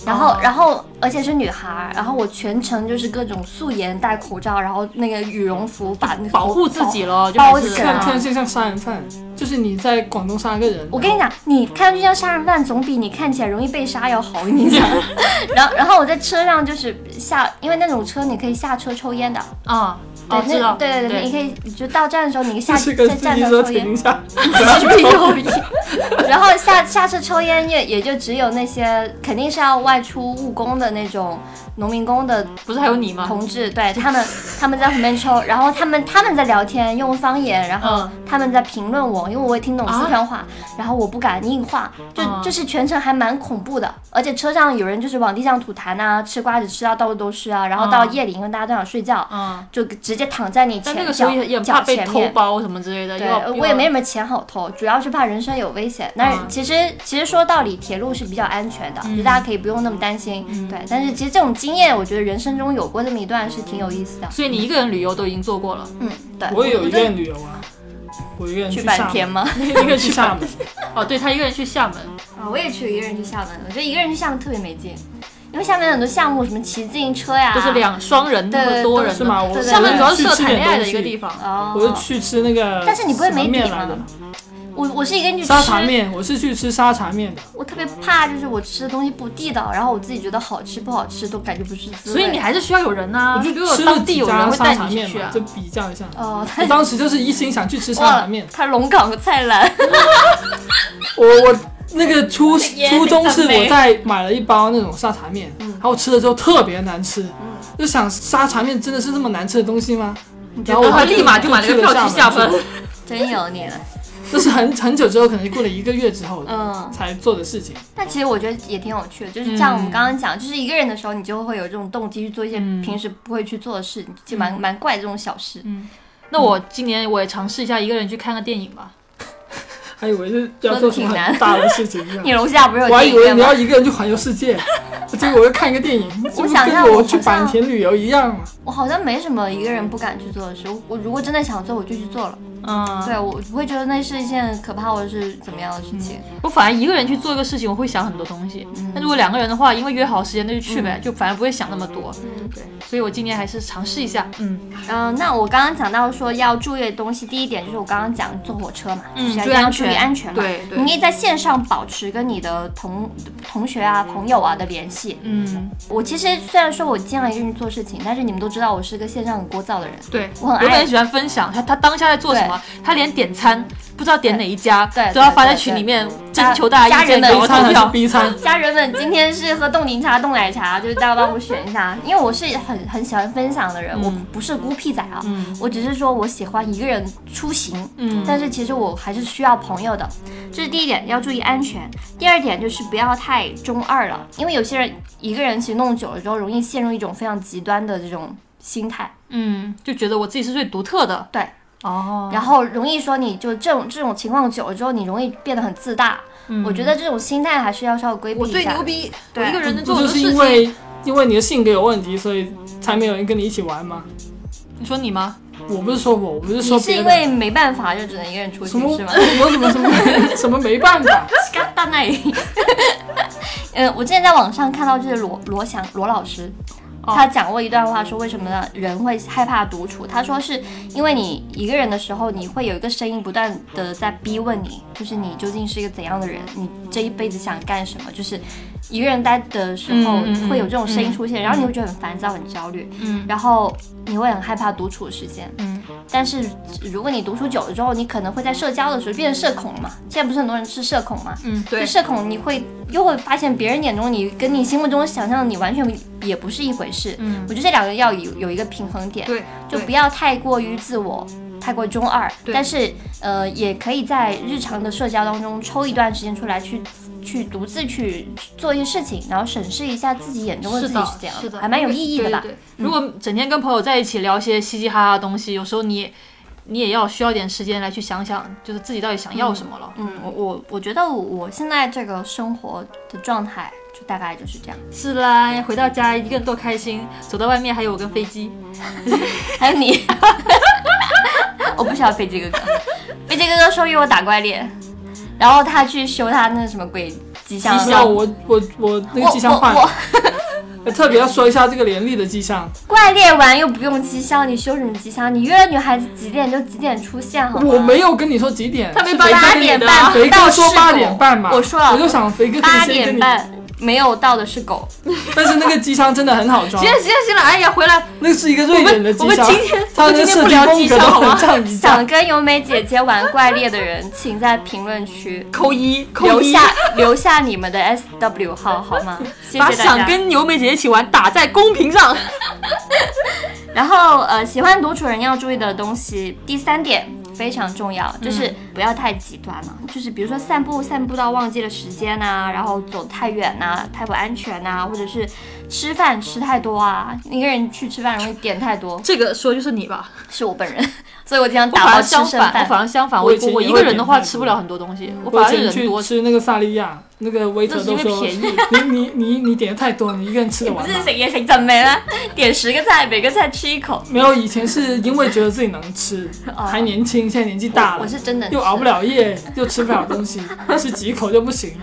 [SPEAKER 1] 然后、
[SPEAKER 2] 嗯哦
[SPEAKER 1] 然后而且是女孩儿，然后我全程就是各种素颜戴口罩，然后那个羽绒服把那个
[SPEAKER 2] 保护自己了，就
[SPEAKER 1] 包
[SPEAKER 2] 还是啊
[SPEAKER 1] 起来
[SPEAKER 3] 看看就像杀人犯，就是你在广东杀个人，
[SPEAKER 1] 啊我跟你
[SPEAKER 3] 然后
[SPEAKER 1] 讲，你看上去像杀人犯，总比你看起来容易被杀要好。我跟你
[SPEAKER 2] [LAUGHS]
[SPEAKER 1] 讲，然后然后我在车上就是下，因为那种车你可以下车抽烟的，
[SPEAKER 2] 啊，
[SPEAKER 1] 对
[SPEAKER 2] 哦，知道，
[SPEAKER 1] 对对
[SPEAKER 2] 对
[SPEAKER 1] 对，你可以你就到站的时候，你下
[SPEAKER 3] 就是跟
[SPEAKER 1] 在
[SPEAKER 3] 司
[SPEAKER 1] 站
[SPEAKER 3] 机
[SPEAKER 1] 头
[SPEAKER 3] 说
[SPEAKER 1] 抽烟
[SPEAKER 3] 停，下，
[SPEAKER 1] 然后下下车抽烟也也就只有那些肯定是要外出务工的那种农民工的
[SPEAKER 2] 不是还有你吗？
[SPEAKER 1] 同志，对他们他们在旁边抽，然后他们他们在聊天用方言，然后
[SPEAKER 2] 嗯
[SPEAKER 1] 他们在评论我，因为我会听懂四川话，然后我不敢硬画，就、
[SPEAKER 2] 啊
[SPEAKER 1] 就是全程还蛮恐怖的。而且车上有人就是往地上吐痰啊，吃瓜子吃到到处都是啊，然后到
[SPEAKER 2] 啊
[SPEAKER 1] 夜里因为大家都想睡觉，
[SPEAKER 2] 嗯，
[SPEAKER 1] 就直接躺在你前
[SPEAKER 2] 但那个时候也也
[SPEAKER 1] 脚
[SPEAKER 2] 很怕
[SPEAKER 1] 脚
[SPEAKER 2] 被
[SPEAKER 1] 前
[SPEAKER 2] 偷
[SPEAKER 1] 面。
[SPEAKER 2] 包什么之类的，
[SPEAKER 1] 对呃
[SPEAKER 2] 又要，
[SPEAKER 1] 我也没什么钱好偷，主要是怕人身有危险。但是
[SPEAKER 2] 嗯
[SPEAKER 1] 其实、其实说到底，铁路是比较安全的，就
[SPEAKER 3] 嗯
[SPEAKER 1] 大家可以不用那么担心。对，但是其实这种经验，我觉得人生中有过这么一段是挺有意思的。
[SPEAKER 2] 所以你一个人旅游都已经做过了，
[SPEAKER 1] 嗯，对。
[SPEAKER 3] 我也有
[SPEAKER 1] 觉
[SPEAKER 3] 一个
[SPEAKER 1] 得
[SPEAKER 3] 人旅游啊，我一个人
[SPEAKER 1] 去
[SPEAKER 3] 厦
[SPEAKER 1] 坂田
[SPEAKER 3] 门，
[SPEAKER 1] 吗？
[SPEAKER 3] [LAUGHS] 一个人去厦门，
[SPEAKER 2] 哦，对他一个人去厦门，
[SPEAKER 3] 嗯
[SPEAKER 5] 啊，我也去一个人去厦门，我觉得一个人去厦门特别没劲。
[SPEAKER 1] 因为厦门有很多项目，什么骑自行车呀，
[SPEAKER 2] 都是两双人
[SPEAKER 1] 对
[SPEAKER 2] 或者多人
[SPEAKER 3] 啊是
[SPEAKER 2] 的
[SPEAKER 3] 吗？我
[SPEAKER 1] 对对
[SPEAKER 2] 厦门主要是
[SPEAKER 3] 去
[SPEAKER 2] 适合
[SPEAKER 3] 吃
[SPEAKER 2] 谈
[SPEAKER 3] 点
[SPEAKER 2] 恋爱的
[SPEAKER 3] 东
[SPEAKER 2] 一个
[SPEAKER 3] 西
[SPEAKER 2] 地方，
[SPEAKER 1] 哦，
[SPEAKER 3] 我是去吃那个，
[SPEAKER 1] 但是你不会没底
[SPEAKER 3] 面
[SPEAKER 1] 吗
[SPEAKER 3] 来的？
[SPEAKER 1] 我我是一个人去
[SPEAKER 3] 沙茶
[SPEAKER 1] 吃，哦
[SPEAKER 3] 面，我是去吃沙茶面的。
[SPEAKER 1] 我特别怕就是我吃的东西不地道，然后我自己觉得好吃不好吃都感觉不是滋味。
[SPEAKER 2] 所以你还是需要有人呐、
[SPEAKER 3] 我
[SPEAKER 2] 如
[SPEAKER 3] 就
[SPEAKER 2] 果
[SPEAKER 3] 吃
[SPEAKER 2] 有
[SPEAKER 3] 了
[SPEAKER 2] 当地
[SPEAKER 3] 几
[SPEAKER 2] 有
[SPEAKER 3] 家
[SPEAKER 2] 人会
[SPEAKER 3] 沙
[SPEAKER 2] 带
[SPEAKER 3] 茶
[SPEAKER 2] 你
[SPEAKER 3] 面
[SPEAKER 2] 去
[SPEAKER 3] 嘛
[SPEAKER 2] 啊，
[SPEAKER 3] 就。比较一下。
[SPEAKER 1] 哦，他，
[SPEAKER 3] 我当时就是一心想去吃沙茶面
[SPEAKER 1] [LAUGHS] 他龙岗菜篮，
[SPEAKER 3] 我我那个初初中是我在买了一包那种沙茶面，然后吃了之后特别难吃，就想沙茶面真的是那么难吃的东西吗？然后
[SPEAKER 2] 然后
[SPEAKER 3] 我
[SPEAKER 2] 哦立马就买了个票去厦门，
[SPEAKER 3] [LAUGHS]
[SPEAKER 1] 真有你了。
[SPEAKER 3] 这是很很久之后，可能过了一个月之后
[SPEAKER 1] 嗯，
[SPEAKER 3] 才做的事情。
[SPEAKER 1] 那其实我觉得也挺有趣的，就是
[SPEAKER 2] 嗯
[SPEAKER 1] 像我们刚刚讲，就是一个人的时候，你就会有这种动机去做一些
[SPEAKER 2] 嗯
[SPEAKER 1] 平时不会去做的事，就蛮蛮怪这种小事。
[SPEAKER 2] 那我今年我也尝试一下一个人去看个电影吧。
[SPEAKER 3] 还以为是要做什么
[SPEAKER 1] 说得挺难
[SPEAKER 3] 很大的事情，这样
[SPEAKER 1] [LAUGHS] 你楼下不是有
[SPEAKER 3] 我还
[SPEAKER 1] 电
[SPEAKER 3] 以
[SPEAKER 1] 影
[SPEAKER 3] 为
[SPEAKER 1] 院
[SPEAKER 3] 你要
[SPEAKER 1] 吗？
[SPEAKER 3] 一个人去环游
[SPEAKER 1] [LAUGHS]
[SPEAKER 3] 世界，结果我又看一个电影，这
[SPEAKER 1] 我
[SPEAKER 3] 不
[SPEAKER 1] 想
[SPEAKER 3] 跟
[SPEAKER 1] 让我
[SPEAKER 3] 我
[SPEAKER 1] 好
[SPEAKER 3] 去坂
[SPEAKER 1] 像
[SPEAKER 3] 田旅游一样吗？
[SPEAKER 1] 我好像没什么一个人不敢去做的事。我我如果真的想做，我就去做了。
[SPEAKER 2] 嗯，
[SPEAKER 1] 对，我不会觉得那是一件可怕或者是怎么样的事情。
[SPEAKER 2] 我反而一个人去做一个事情，我会想很多东西。
[SPEAKER 3] 嗯
[SPEAKER 2] 那如果两个人的话，因为约好时间那就去呗，就反而不会想那么多。嗯对，所以我今年还是尝试一下。嗯，
[SPEAKER 1] 嗯、那我刚刚讲到说要注意的东西，第一点就是我刚刚讲坐火车嘛，
[SPEAKER 2] 嗯
[SPEAKER 1] 就是要
[SPEAKER 2] 注
[SPEAKER 1] 一
[SPEAKER 2] 意
[SPEAKER 1] 定要
[SPEAKER 2] 安
[SPEAKER 1] 注意
[SPEAKER 2] 全
[SPEAKER 1] 安全嘛。
[SPEAKER 2] 对对
[SPEAKER 1] 你可以在线上保持跟你的同同学啊、朋友啊的联系。
[SPEAKER 2] 嗯，
[SPEAKER 1] 我其实虽然说我经常一个人做事情，但是你们都知道我是个线上很聒噪的人。
[SPEAKER 2] 对，
[SPEAKER 1] 我很爱
[SPEAKER 2] 我很喜欢分享他他当下在做什么，他连点餐不知道点哪一家，
[SPEAKER 1] 对对
[SPEAKER 2] 都要发在
[SPEAKER 1] 对
[SPEAKER 2] 群
[SPEAKER 1] 对
[SPEAKER 2] 里面征求大家
[SPEAKER 1] 家
[SPEAKER 2] 意见，
[SPEAKER 1] 人们
[SPEAKER 2] 搞
[SPEAKER 1] 我
[SPEAKER 2] 个
[SPEAKER 3] 餐
[SPEAKER 2] 投
[SPEAKER 3] 还是
[SPEAKER 2] 票。
[SPEAKER 3] B 餐？
[SPEAKER 1] 家人们，今天是喝冻柠茶、冻奶茶，就是大家帮我选一下，因为我是很很喜欢分享的人，我
[SPEAKER 2] 嗯
[SPEAKER 1] 不是孤僻仔啊，我只是说我喜欢一个人出行，
[SPEAKER 2] 嗯
[SPEAKER 1] 但是其实我还是需要朋友的，这是第一点，要注意安全；第二点就是不要太中二了，因为有些人一个人行动久了之后，容易陷入一种非常极端的这种心态，
[SPEAKER 2] 嗯，就觉得我自己是最独特的。
[SPEAKER 1] 对，
[SPEAKER 2] 哦，
[SPEAKER 1] 然后容易说你就这种这种情况久了之后，你容易变得很自大。我觉得这种心态还是要稍微规避一
[SPEAKER 2] 我
[SPEAKER 1] 下。
[SPEAKER 2] 最牛逼，我
[SPEAKER 1] 对
[SPEAKER 2] 一个人能
[SPEAKER 3] 不
[SPEAKER 2] 做很
[SPEAKER 3] 就
[SPEAKER 2] 多
[SPEAKER 3] 是
[SPEAKER 2] 事
[SPEAKER 3] 因
[SPEAKER 2] 情。
[SPEAKER 3] 为因为你的性格有问题，所以才没有人跟你一起玩吗？
[SPEAKER 2] 你说你吗？
[SPEAKER 3] 我不是说我，我不是说
[SPEAKER 1] 你是
[SPEAKER 3] 别
[SPEAKER 1] 因
[SPEAKER 3] 的。
[SPEAKER 1] 为没办法就只能一个人出
[SPEAKER 3] 什么？
[SPEAKER 1] 去是吗？
[SPEAKER 3] 我怎么什么 [LAUGHS] 什么没办
[SPEAKER 1] [LAUGHS]
[SPEAKER 3] 法？
[SPEAKER 1] 嘎达那里。 [LAUGHS] 呃，我之前在网上看到就是罗罗翔罗老师，
[SPEAKER 2] 哦
[SPEAKER 1] 他讲过一段话，说为什么呢？人会害怕独处？他说是因为你一个人的时候，你会有一个声音不断的在逼问你，就是你究竟是一个怎样的人，你这一辈子想干什么？就是一个人待的时候
[SPEAKER 2] 嗯嗯嗯
[SPEAKER 1] 会有这种声音出现，然后你会觉得很烦躁、很焦虑，
[SPEAKER 2] 嗯
[SPEAKER 1] 然后你会很害怕独处的时间，
[SPEAKER 2] 嗯，
[SPEAKER 1] 但是如果你独处久了之后，你可能会在社交的时候变成社恐了嘛。现在不是很多人是社恐嘛？
[SPEAKER 2] 嗯，对
[SPEAKER 1] 就，社恐你会又会发现别人眼中你跟你心目中想象的你完全也不是一回事。
[SPEAKER 2] 嗯
[SPEAKER 1] 我觉得这两个要有有一个平衡点，
[SPEAKER 2] 对，
[SPEAKER 1] 就不
[SPEAKER 2] 要
[SPEAKER 1] 要太过于自我。太过中二，
[SPEAKER 2] 对
[SPEAKER 1] 但是呃，也可以在日常的社交当中抽一段时间出来去，去独自去做一些事情，然后审视一下自己眼中的自
[SPEAKER 2] 是
[SPEAKER 1] 己
[SPEAKER 2] 的，
[SPEAKER 1] 是怎样
[SPEAKER 2] 是的，嗯
[SPEAKER 1] 还蛮有意义的吧。
[SPEAKER 2] 对对对如果整天跟朋友在一起聊一些嘻嘻哈哈的东西，有时候你也你也要需要点时间来去想想，就是自己到底想要什么了。
[SPEAKER 1] 嗯，我我我觉得我现在这个生活的状态就大概就是这样。
[SPEAKER 2] 是啦，回到家一个人多开心，走到外面还有我跟飞机。
[SPEAKER 1] 还有你， [LAUGHS] 我不需要飞机哥哥，飞机哥哥说约我打怪猎，然后他去修他那什么鬼机箱，
[SPEAKER 3] 绩效，我我我那个
[SPEAKER 1] 我
[SPEAKER 3] 机箱
[SPEAKER 1] 我
[SPEAKER 3] 换
[SPEAKER 1] 我
[SPEAKER 3] 了，特别要说一下这个连立的机箱，
[SPEAKER 1] 怪猎完又不用机箱，你修什么机箱？你约了女孩子几点就几点出现好吗？
[SPEAKER 3] 我没有跟你说几点，
[SPEAKER 2] 嗯他没
[SPEAKER 3] 是
[SPEAKER 2] 把
[SPEAKER 3] 肥
[SPEAKER 2] 你
[SPEAKER 3] 哥
[SPEAKER 1] 八
[SPEAKER 2] 跟你
[SPEAKER 1] 点
[SPEAKER 2] 的
[SPEAKER 3] [LAUGHS]
[SPEAKER 1] 半
[SPEAKER 3] 肥
[SPEAKER 1] 到
[SPEAKER 3] 哥说
[SPEAKER 1] 是
[SPEAKER 3] 八
[SPEAKER 1] 狗
[SPEAKER 3] 点半嘛，
[SPEAKER 1] 我说了
[SPEAKER 3] 我就想肥哥可
[SPEAKER 1] 八
[SPEAKER 3] 能先
[SPEAKER 1] 点
[SPEAKER 3] 跟你，
[SPEAKER 1] 半没有到的是狗，
[SPEAKER 3] 但是那个机箱真的很好装
[SPEAKER 2] 行，了行了行了，哎呀，回来
[SPEAKER 3] 那是一个瑞典的
[SPEAKER 2] 我
[SPEAKER 3] 机
[SPEAKER 2] 们
[SPEAKER 3] 箱
[SPEAKER 2] 今天，
[SPEAKER 3] 它
[SPEAKER 2] 我们
[SPEAKER 3] 的
[SPEAKER 2] 今天
[SPEAKER 3] 设
[SPEAKER 2] 不
[SPEAKER 3] 计
[SPEAKER 2] 聊
[SPEAKER 3] 风
[SPEAKER 2] 机
[SPEAKER 3] 格
[SPEAKER 2] 箱
[SPEAKER 3] 都
[SPEAKER 2] 好吗
[SPEAKER 3] 很像一
[SPEAKER 1] 想
[SPEAKER 3] 样。
[SPEAKER 1] 跟由美姐姐玩怪猎的人，请在评论区
[SPEAKER 2] 扣一扣
[SPEAKER 1] 留
[SPEAKER 2] 一
[SPEAKER 1] 下。留下你们的 S W 号好吗？谢谢
[SPEAKER 2] 把
[SPEAKER 1] 大家。
[SPEAKER 2] 想跟尤美姐一起玩打在公屏上，
[SPEAKER 1] 然后呃，喜欢独处人要注意的东西，第三点非常重要，就是不要太极端了、就是比如说散步，散步到忘记了时间呐、然后走太远呐、太不安全呐、或者是吃饭吃太多啊，一个人去吃饭容易点太多，
[SPEAKER 2] 这个说就是你 [LAUGHS] 吧，
[SPEAKER 1] 是我本人， [LAUGHS] 所以我经常
[SPEAKER 2] 我
[SPEAKER 1] 打
[SPEAKER 2] 反
[SPEAKER 1] 包
[SPEAKER 2] 而
[SPEAKER 1] 吃
[SPEAKER 2] 相
[SPEAKER 1] 剩
[SPEAKER 2] 反，我
[SPEAKER 1] 饭。
[SPEAKER 2] 反而相反，
[SPEAKER 3] 我
[SPEAKER 2] 我
[SPEAKER 3] 以前也
[SPEAKER 2] 我一
[SPEAKER 3] 会
[SPEAKER 2] 个人的
[SPEAKER 3] 点
[SPEAKER 2] 话
[SPEAKER 3] 太
[SPEAKER 2] 吃
[SPEAKER 3] 多
[SPEAKER 2] 不了很多东西，我
[SPEAKER 3] 我
[SPEAKER 2] 反而是
[SPEAKER 3] 以前
[SPEAKER 2] 人
[SPEAKER 3] 去
[SPEAKER 2] 多，
[SPEAKER 3] 吃那个萨莉亚，那个 waiter 都
[SPEAKER 2] 那是因为
[SPEAKER 3] 说
[SPEAKER 2] 便宜
[SPEAKER 3] 你你你你点的太多，你一个人吃得完
[SPEAKER 1] 不
[SPEAKER 3] 吗
[SPEAKER 1] 是？谁也行，怎么没了？ [LAUGHS] 点十个菜，每个菜吃一口。
[SPEAKER 3] 没有，以前是因为觉得自己能吃，
[SPEAKER 2] 哦
[SPEAKER 3] 还年轻，现在年纪大
[SPEAKER 1] 我
[SPEAKER 3] 了，
[SPEAKER 1] 是真的
[SPEAKER 3] 又熬不了夜，又吃不了
[SPEAKER 2] [LAUGHS]
[SPEAKER 3] 东西，吃几口就不行。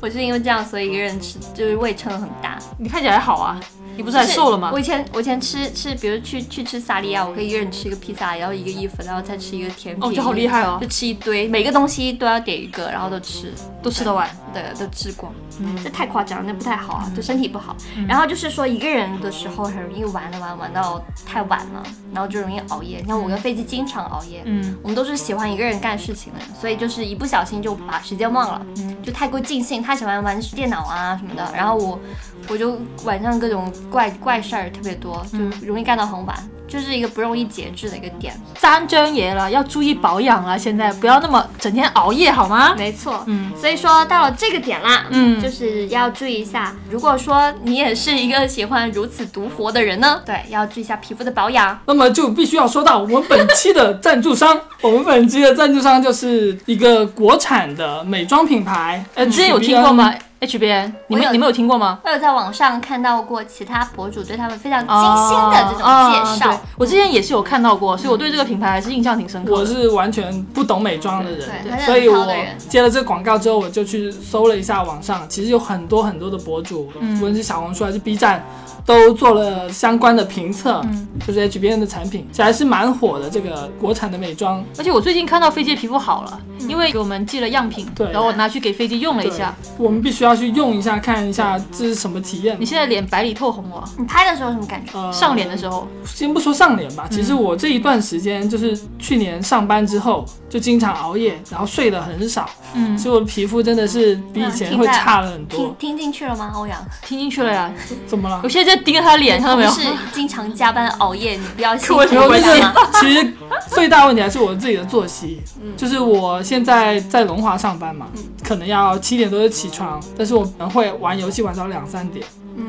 [SPEAKER 1] 我是因为这样，所以一个人吃就是胃撑很大。
[SPEAKER 2] 你看起来还好啊，你不是还瘦了吗
[SPEAKER 1] 我？以前我以前吃吃，比如去去吃萨莉亚，我可以一个人吃一个披萨，然后一个伊芙，然后再吃一个甜品，
[SPEAKER 2] 哦，就好厉害哦
[SPEAKER 1] 就，吃一堆，每个东西都要点一个，然后都吃，
[SPEAKER 2] 都吃得完。
[SPEAKER 1] 对，都吃光。
[SPEAKER 2] 嗯
[SPEAKER 1] 这太夸张，那不太好啊，对身体不好。然后就是说一个人的时候很容易玩玩玩到太晚了，然后就容易熬夜。像我跟飞机经常熬夜，
[SPEAKER 2] 嗯，
[SPEAKER 1] 我们都是喜欢一个人干事情的人，所以就是一不小心就把时间忘了，
[SPEAKER 2] 嗯
[SPEAKER 1] 就太过尽兴，太喜欢玩电脑啊什么的。然后我我就晚上各种怪怪事儿特别多，就
[SPEAKER 2] 嗯
[SPEAKER 1] 容易干到很晚，就是一个不容易节制的一个点。
[SPEAKER 2] 三张爷了，哦要注意保养了，现在不要那么整天熬夜好吗？
[SPEAKER 1] 没错，
[SPEAKER 2] 嗯
[SPEAKER 1] 所以说到了这个点啦，
[SPEAKER 2] 嗯
[SPEAKER 1] 就是要注意一下。如果说你也是一个喜欢如此独活的人呢，对，要注意一下皮肤的保养。
[SPEAKER 3] 那么就必须要说到我们本期的赞助
[SPEAKER 2] [LAUGHS]
[SPEAKER 3] 商，我们本期的赞助商就是一个国产的美妆品牌，嗯
[SPEAKER 2] 呃，之前有听过吗？HBN，你
[SPEAKER 1] 我有
[SPEAKER 2] 们你们有听过吗？
[SPEAKER 1] 我有在网上看到过其他博主对他们非常精心的这种介绍，
[SPEAKER 2] 啊啊对我之前也是有看到过，所以我对这个品牌还是印象挺深刻的。
[SPEAKER 3] 嗯我是完全不懂美妆的人，
[SPEAKER 1] 对，他
[SPEAKER 3] 所
[SPEAKER 1] 是
[SPEAKER 3] 以
[SPEAKER 1] 很
[SPEAKER 3] 我
[SPEAKER 1] 糙的人。
[SPEAKER 3] 接了这个广告之后，我就去搜了一下网上，其实有很多很多的博主，无论是小红书还是 B 站，都做了相关的评测，
[SPEAKER 2] 嗯
[SPEAKER 3] 就是 HBN 的产品，其实还是蛮火的。这个国产的美妆，
[SPEAKER 2] 而且我最近看到飞机的皮肤好了，因为给我们寄了样品，
[SPEAKER 3] 嗯对
[SPEAKER 2] 然后我拿去给飞机用了一下。
[SPEAKER 3] 我们必须要去用一下，看一下这是什么体验
[SPEAKER 2] 你。现在脸白里透红了，
[SPEAKER 1] 你拍的时候有什么感觉？
[SPEAKER 3] 呃，
[SPEAKER 2] 上脸的时候，
[SPEAKER 3] 先不说上脸吧，其实我这一段时间就是去年上班之后就经常熬夜，然后睡得很少，
[SPEAKER 2] 嗯，
[SPEAKER 3] 所以我的皮肤真的是比以前会差了很
[SPEAKER 1] 听
[SPEAKER 3] 多。
[SPEAKER 1] 听进去了吗，欧阳？
[SPEAKER 2] 听进去了呀。
[SPEAKER 3] 怎么了
[SPEAKER 2] 我？现在在盯着他的脸，看到没有
[SPEAKER 3] 哦
[SPEAKER 1] 同？事经常加班熬夜，你不要辛苦
[SPEAKER 3] 没有那
[SPEAKER 1] 一
[SPEAKER 2] 啊
[SPEAKER 1] 下吗？
[SPEAKER 3] 个， [LAUGHS] 其实最大问题还是我自己的作息，
[SPEAKER 2] 嗯
[SPEAKER 3] 就是我现在在龙华上班嘛，可能要七点多就起床，但是我可能会玩游戏玩到两三点，嗯，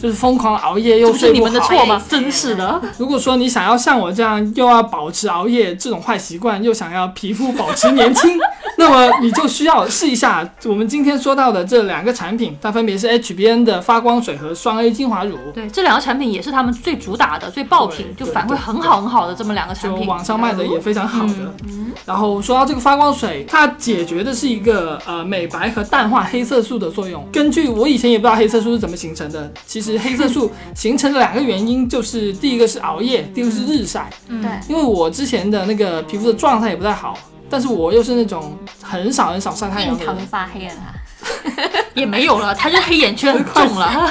[SPEAKER 3] 就是疯狂熬夜又
[SPEAKER 2] 不是
[SPEAKER 3] 睡
[SPEAKER 2] 你
[SPEAKER 3] 不
[SPEAKER 2] 们的
[SPEAKER 3] 好。哎
[SPEAKER 2] 错吗？真是的，
[SPEAKER 3] 如果说你想要像我这样又要保持熬夜这种坏习惯，又想要皮肤保持年轻， [LAUGHS] 那么你就需要试一下我们今天说到的这两个产品，它分别是 HBN 的发光水和双 A 精华乳。
[SPEAKER 2] 对，这两个产品也是他们最主打的、最爆品，
[SPEAKER 3] 对
[SPEAKER 2] 就
[SPEAKER 3] 对
[SPEAKER 2] 反馈
[SPEAKER 3] 对
[SPEAKER 2] 很好很好的这么两个产
[SPEAKER 3] 就
[SPEAKER 2] 品。
[SPEAKER 3] 网上卖的也非常好
[SPEAKER 2] 嗯
[SPEAKER 3] 的。然后说到这个发光水，它解决的是一个呃美白和淡化黑色素的作用。根据我以前也不知道黑色素是怎么形成的，其实黑
[SPEAKER 2] [LAUGHS]
[SPEAKER 3] 色素形成的两个原因就是第一个是熬夜，第二个是日晒。
[SPEAKER 2] 嗯
[SPEAKER 1] 对，
[SPEAKER 3] 因为我之前的那个皮肤的状态也不太好。但是我又是那种很少很少晒太阳
[SPEAKER 1] 印
[SPEAKER 3] 的
[SPEAKER 1] 堂
[SPEAKER 3] 人，
[SPEAKER 1] 发黑了他。
[SPEAKER 2] 也没有了，他就黑眼圈很重
[SPEAKER 3] [LAUGHS]
[SPEAKER 2] 了。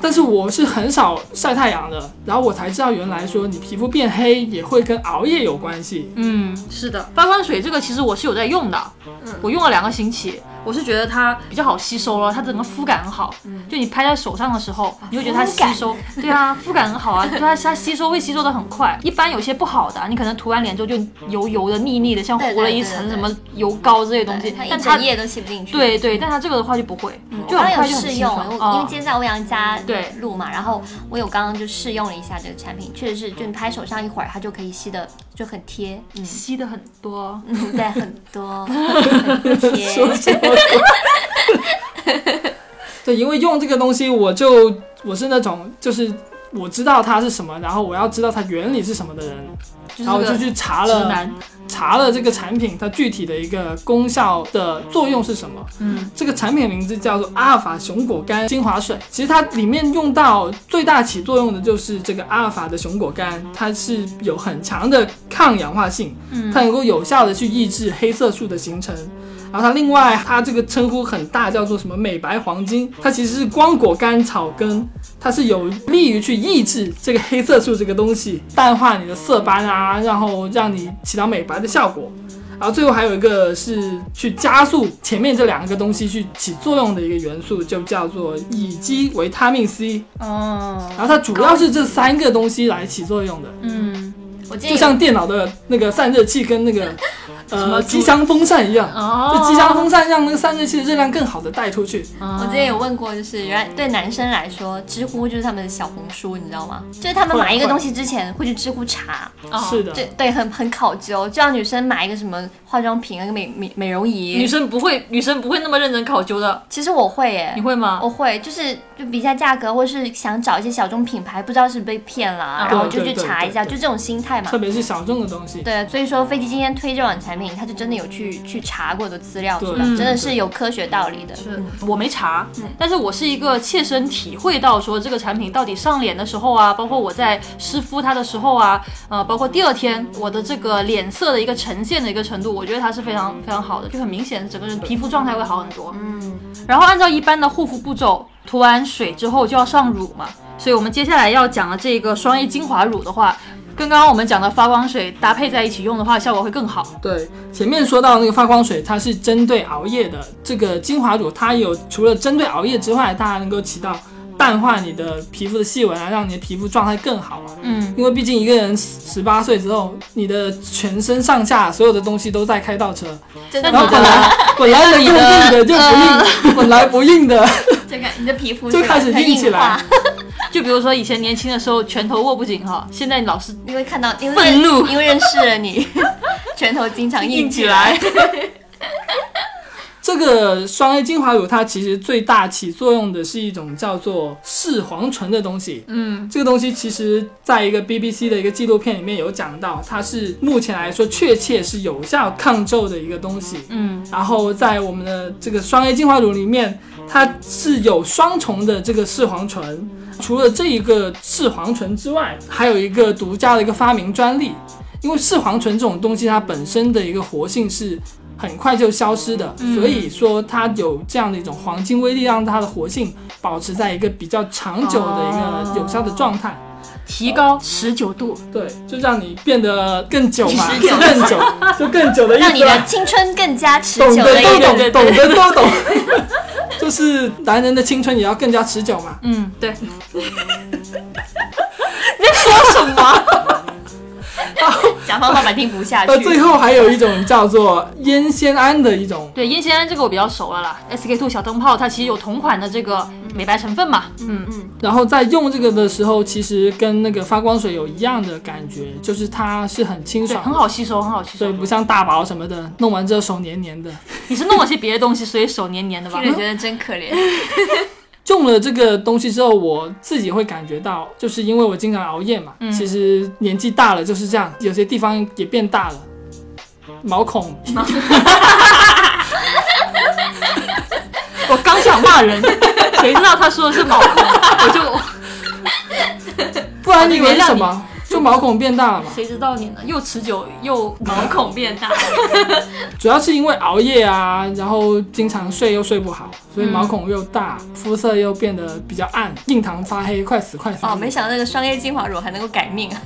[SPEAKER 3] 但是我是很少晒太阳的，然后我才知道原来说你皮肤变黑也会跟熬夜有关系。
[SPEAKER 2] 嗯，是的，发光水这个其实我是有在用的，
[SPEAKER 1] 嗯
[SPEAKER 2] 我用了两个星期，我是觉得它比较好吸收了，它整个肤感很好，
[SPEAKER 1] 嗯
[SPEAKER 2] 就你拍在手上的时候，
[SPEAKER 1] 啊
[SPEAKER 2] 你会觉得它吸收，对啊，肤感很好
[SPEAKER 1] [LAUGHS]
[SPEAKER 2] 啊，就它它吸收会吸收的很快。一般有些不好的啊，你可能涂完脸之后就油油的、腻腻的，像
[SPEAKER 1] 对
[SPEAKER 2] 糊了
[SPEAKER 1] 对
[SPEAKER 2] 一
[SPEAKER 1] 对
[SPEAKER 2] 层
[SPEAKER 1] 对
[SPEAKER 2] 什么油膏之类的东
[SPEAKER 1] 对
[SPEAKER 2] 西
[SPEAKER 1] 他，一
[SPEAKER 2] 但它
[SPEAKER 1] 整夜都吸不进去。
[SPEAKER 2] 对对，但它这个的话就不会，
[SPEAKER 1] 我
[SPEAKER 2] 就
[SPEAKER 1] 刚
[SPEAKER 2] 很
[SPEAKER 1] 刚
[SPEAKER 2] 快
[SPEAKER 1] 有
[SPEAKER 2] 就很
[SPEAKER 1] 试
[SPEAKER 2] 清
[SPEAKER 1] 用，
[SPEAKER 2] 爽。
[SPEAKER 1] 我因为
[SPEAKER 2] 哦
[SPEAKER 1] 今天在欧阳家
[SPEAKER 2] 对
[SPEAKER 1] 录嘛，然后我有刚刚就试用了一下这个产品，确实是，就你拍手上一会儿，它就可以吸的就很贴，嗯，
[SPEAKER 2] 吸的很多，
[SPEAKER 1] 对，很
[SPEAKER 2] [LAUGHS]
[SPEAKER 1] 多，很
[SPEAKER 3] 说
[SPEAKER 1] 贴。
[SPEAKER 3] 什么说？
[SPEAKER 2] [LAUGHS]
[SPEAKER 3] 对，因为用这个东西，我就我是那种就是我知道它是什么，然后我要知道它原理是什么的人，
[SPEAKER 2] 就是
[SPEAKER 3] 然后
[SPEAKER 2] 那
[SPEAKER 3] 我就
[SPEAKER 2] 个
[SPEAKER 3] 去查
[SPEAKER 2] 直
[SPEAKER 3] 了
[SPEAKER 2] 男，
[SPEAKER 3] 查了这个产品它具体的一个功效的作用是什么。
[SPEAKER 2] 嗯，
[SPEAKER 3] 这个产品名字叫做阿尔法熊果苷精华水，其实它里面用到最大起作用的就是这个阿尔法的熊果苷，它是有很强的抗氧化性，
[SPEAKER 1] 哦
[SPEAKER 2] 嗯
[SPEAKER 1] 嗯
[SPEAKER 3] 它能够有效的去抑制黑色素的形成。然后它另外，它这个称呼很大，叫做什么美白黄金，它其实是光果苷草根，它是有利于去抑制这个黑色素这个东西，淡化你的色斑啊，然后让你起到美白的效果。然后最后还有一个是去加速前面这两个东西去起作用的一个元素，就叫做乙基维他命 C。
[SPEAKER 2] 哦，
[SPEAKER 1] 嗯
[SPEAKER 3] 然后它主要是这三个东西来起作用的。
[SPEAKER 2] 嗯，
[SPEAKER 1] 我建
[SPEAKER 3] 就
[SPEAKER 1] 议
[SPEAKER 3] 像电脑的那个散热器跟那个呃
[SPEAKER 2] 么
[SPEAKER 3] 机箱风扇一样，
[SPEAKER 2] 哦
[SPEAKER 3] 就机箱风扇让那个散热器的热量更好的带出去。
[SPEAKER 1] 嗯我
[SPEAKER 2] 我
[SPEAKER 1] 之前有问过，就是原来对男生来说，知乎就是他们的小红书，你知道吗？就是他们买一个东西之前会去知乎查，
[SPEAKER 2] 哦
[SPEAKER 3] 是的，
[SPEAKER 1] 对对，很很考究。就像女生买一个什么化妆品、那个美美美容
[SPEAKER 2] 女
[SPEAKER 1] 仪，
[SPEAKER 2] 生不会，女生不会那么认真考究的，
[SPEAKER 1] 其实我会耶，
[SPEAKER 2] 你会吗？
[SPEAKER 1] 我哦会，就是就比一下价格，或是想找一些小众品牌，不知道是被骗了啊，然后
[SPEAKER 3] 对
[SPEAKER 1] 就
[SPEAKER 3] 对
[SPEAKER 1] 去
[SPEAKER 3] 对
[SPEAKER 1] 查一下，
[SPEAKER 3] 对
[SPEAKER 1] 就这种心态嘛
[SPEAKER 3] 特。别是小众的东西。
[SPEAKER 1] 对，所以说飞机今天推这款产品，它就真的有去去查过的资料，
[SPEAKER 3] 对
[SPEAKER 1] 是吧
[SPEAKER 3] 嗯
[SPEAKER 1] 真的是有科学道理的。
[SPEAKER 2] 是我没查，但是我是一个切身体会到说这个产品到底上脸的时候啊，包括我在湿敷它的时候啊，呃，包括第二天我的这个脸色的一个呈现的一个程度，我觉得它是非常非常好的，就很明显整个人皮肤状态会好很多。嗯，然后按照一般的护肤步骤，涂完水之后就要上乳嘛，所以我们接下来要讲的这个双 A 精华乳的话。跟刚刚我们讲的发光水搭配在一起用的话，效果会更好。
[SPEAKER 3] 对，前面说到那个发光水，它是针对熬夜的。这个精华乳，它有除了针对熬夜之外，它还能够起到淡化你的皮肤的细纹啊，让你的皮肤状态更好啊。
[SPEAKER 2] 嗯，
[SPEAKER 3] 因为毕竟一个人十八岁之后，你的全身上下所有的东西都在开倒车，
[SPEAKER 1] 真
[SPEAKER 3] [LAUGHS] 然后本来本来能用硬的就不硬，本来不硬的
[SPEAKER 1] 这个你的皮肤
[SPEAKER 3] 就是
[SPEAKER 1] 吧
[SPEAKER 3] 开始
[SPEAKER 1] 它
[SPEAKER 3] 硬起
[SPEAKER 1] 化
[SPEAKER 3] 来， [LAUGHS]
[SPEAKER 2] 就比如说以前年轻的时候拳头握不紧哈，现在你老是
[SPEAKER 1] [LAUGHS] 因为看到因为
[SPEAKER 2] 愤怒
[SPEAKER 1] 因为认识了
[SPEAKER 3] [LAUGHS]
[SPEAKER 1] 你，拳头经常硬起来。 [LAUGHS]
[SPEAKER 2] 来。
[SPEAKER 3] 这个双 A 精华乳，它其实最大起作用的是一种叫做视黄醇的东西。嗯，这个东西其实在一个 BBC 的一个纪录片里面有讲到，它是目前来说确切是有效抗皱的一个东西。
[SPEAKER 2] 嗯，
[SPEAKER 3] 然后在我们的这个双 A 精华乳里面，它是有双重的这个视黄醇。除了这一个视黄醇之外，还有一个独家的一个发明专利。因为视黄醇这种东西，它本身的一个活性是很快就消失的，
[SPEAKER 1] 嗯
[SPEAKER 3] 所以说它有这样的一种黄金威力，让它的活性保持在一个比较长久的一个有效的状态。
[SPEAKER 2] 提高持久度，
[SPEAKER 3] 对，就让你变得更久
[SPEAKER 1] [LAUGHS]
[SPEAKER 3] 嘛，
[SPEAKER 1] 持
[SPEAKER 3] 就
[SPEAKER 1] 久
[SPEAKER 3] 更久，就更久的意
[SPEAKER 1] 让你
[SPEAKER 3] 思
[SPEAKER 1] 的
[SPEAKER 3] 吧。
[SPEAKER 1] 青春更加持
[SPEAKER 3] 懂
[SPEAKER 1] 久
[SPEAKER 3] 的
[SPEAKER 1] 的一
[SPEAKER 3] 都
[SPEAKER 1] 个
[SPEAKER 3] 懂，
[SPEAKER 1] 人。
[SPEAKER 3] 懂的都懂， [LAUGHS] 就是男人的青春也要更加持久嘛。
[SPEAKER 2] 嗯，对，
[SPEAKER 1] 甲方老板听不下
[SPEAKER 3] 呃，
[SPEAKER 1] 去
[SPEAKER 3] 最。后还有一种叫做烟酰胺的一种
[SPEAKER 2] 对，烟酰胺这个我比较熟了啦，SK two 小灯泡它其实有同款的这个美白成分嘛，嗯，
[SPEAKER 3] 然后在用这个的时候，其实跟那个发光水有一样的感觉，就是它是很清
[SPEAKER 2] 对，
[SPEAKER 3] 爽，
[SPEAKER 2] 很，好吸收，很好吸
[SPEAKER 3] 对，
[SPEAKER 2] 收。
[SPEAKER 3] 不像大宝什么的，弄完之后手黏黏的。
[SPEAKER 2] 你是弄了些别的东西，所以手黏黏的吧
[SPEAKER 1] 听？着觉得真可怜，
[SPEAKER 3] 用了这个东西之后，我自己会感觉到，就是因为我经常熬夜嘛，其实年纪大了就是这样，有些地方也变大了，毛孔，
[SPEAKER 2] 我刚想骂人，谁知道他说的是毛孔，我就
[SPEAKER 3] 不然以为
[SPEAKER 2] 我以为
[SPEAKER 3] 是
[SPEAKER 2] 让，
[SPEAKER 3] 什么？就毛孔变大了嘛
[SPEAKER 2] 谁知道你呢？又持久又
[SPEAKER 1] 毛孔变大。
[SPEAKER 3] 主要是因为熬夜啊，然后经常睡又睡不好，所以毛孔又大，肤色又变得比较暗，印堂发黑，快死快死。
[SPEAKER 1] 哦，没想到那个双 A 精华乳还能够改命 [LAUGHS] 啊！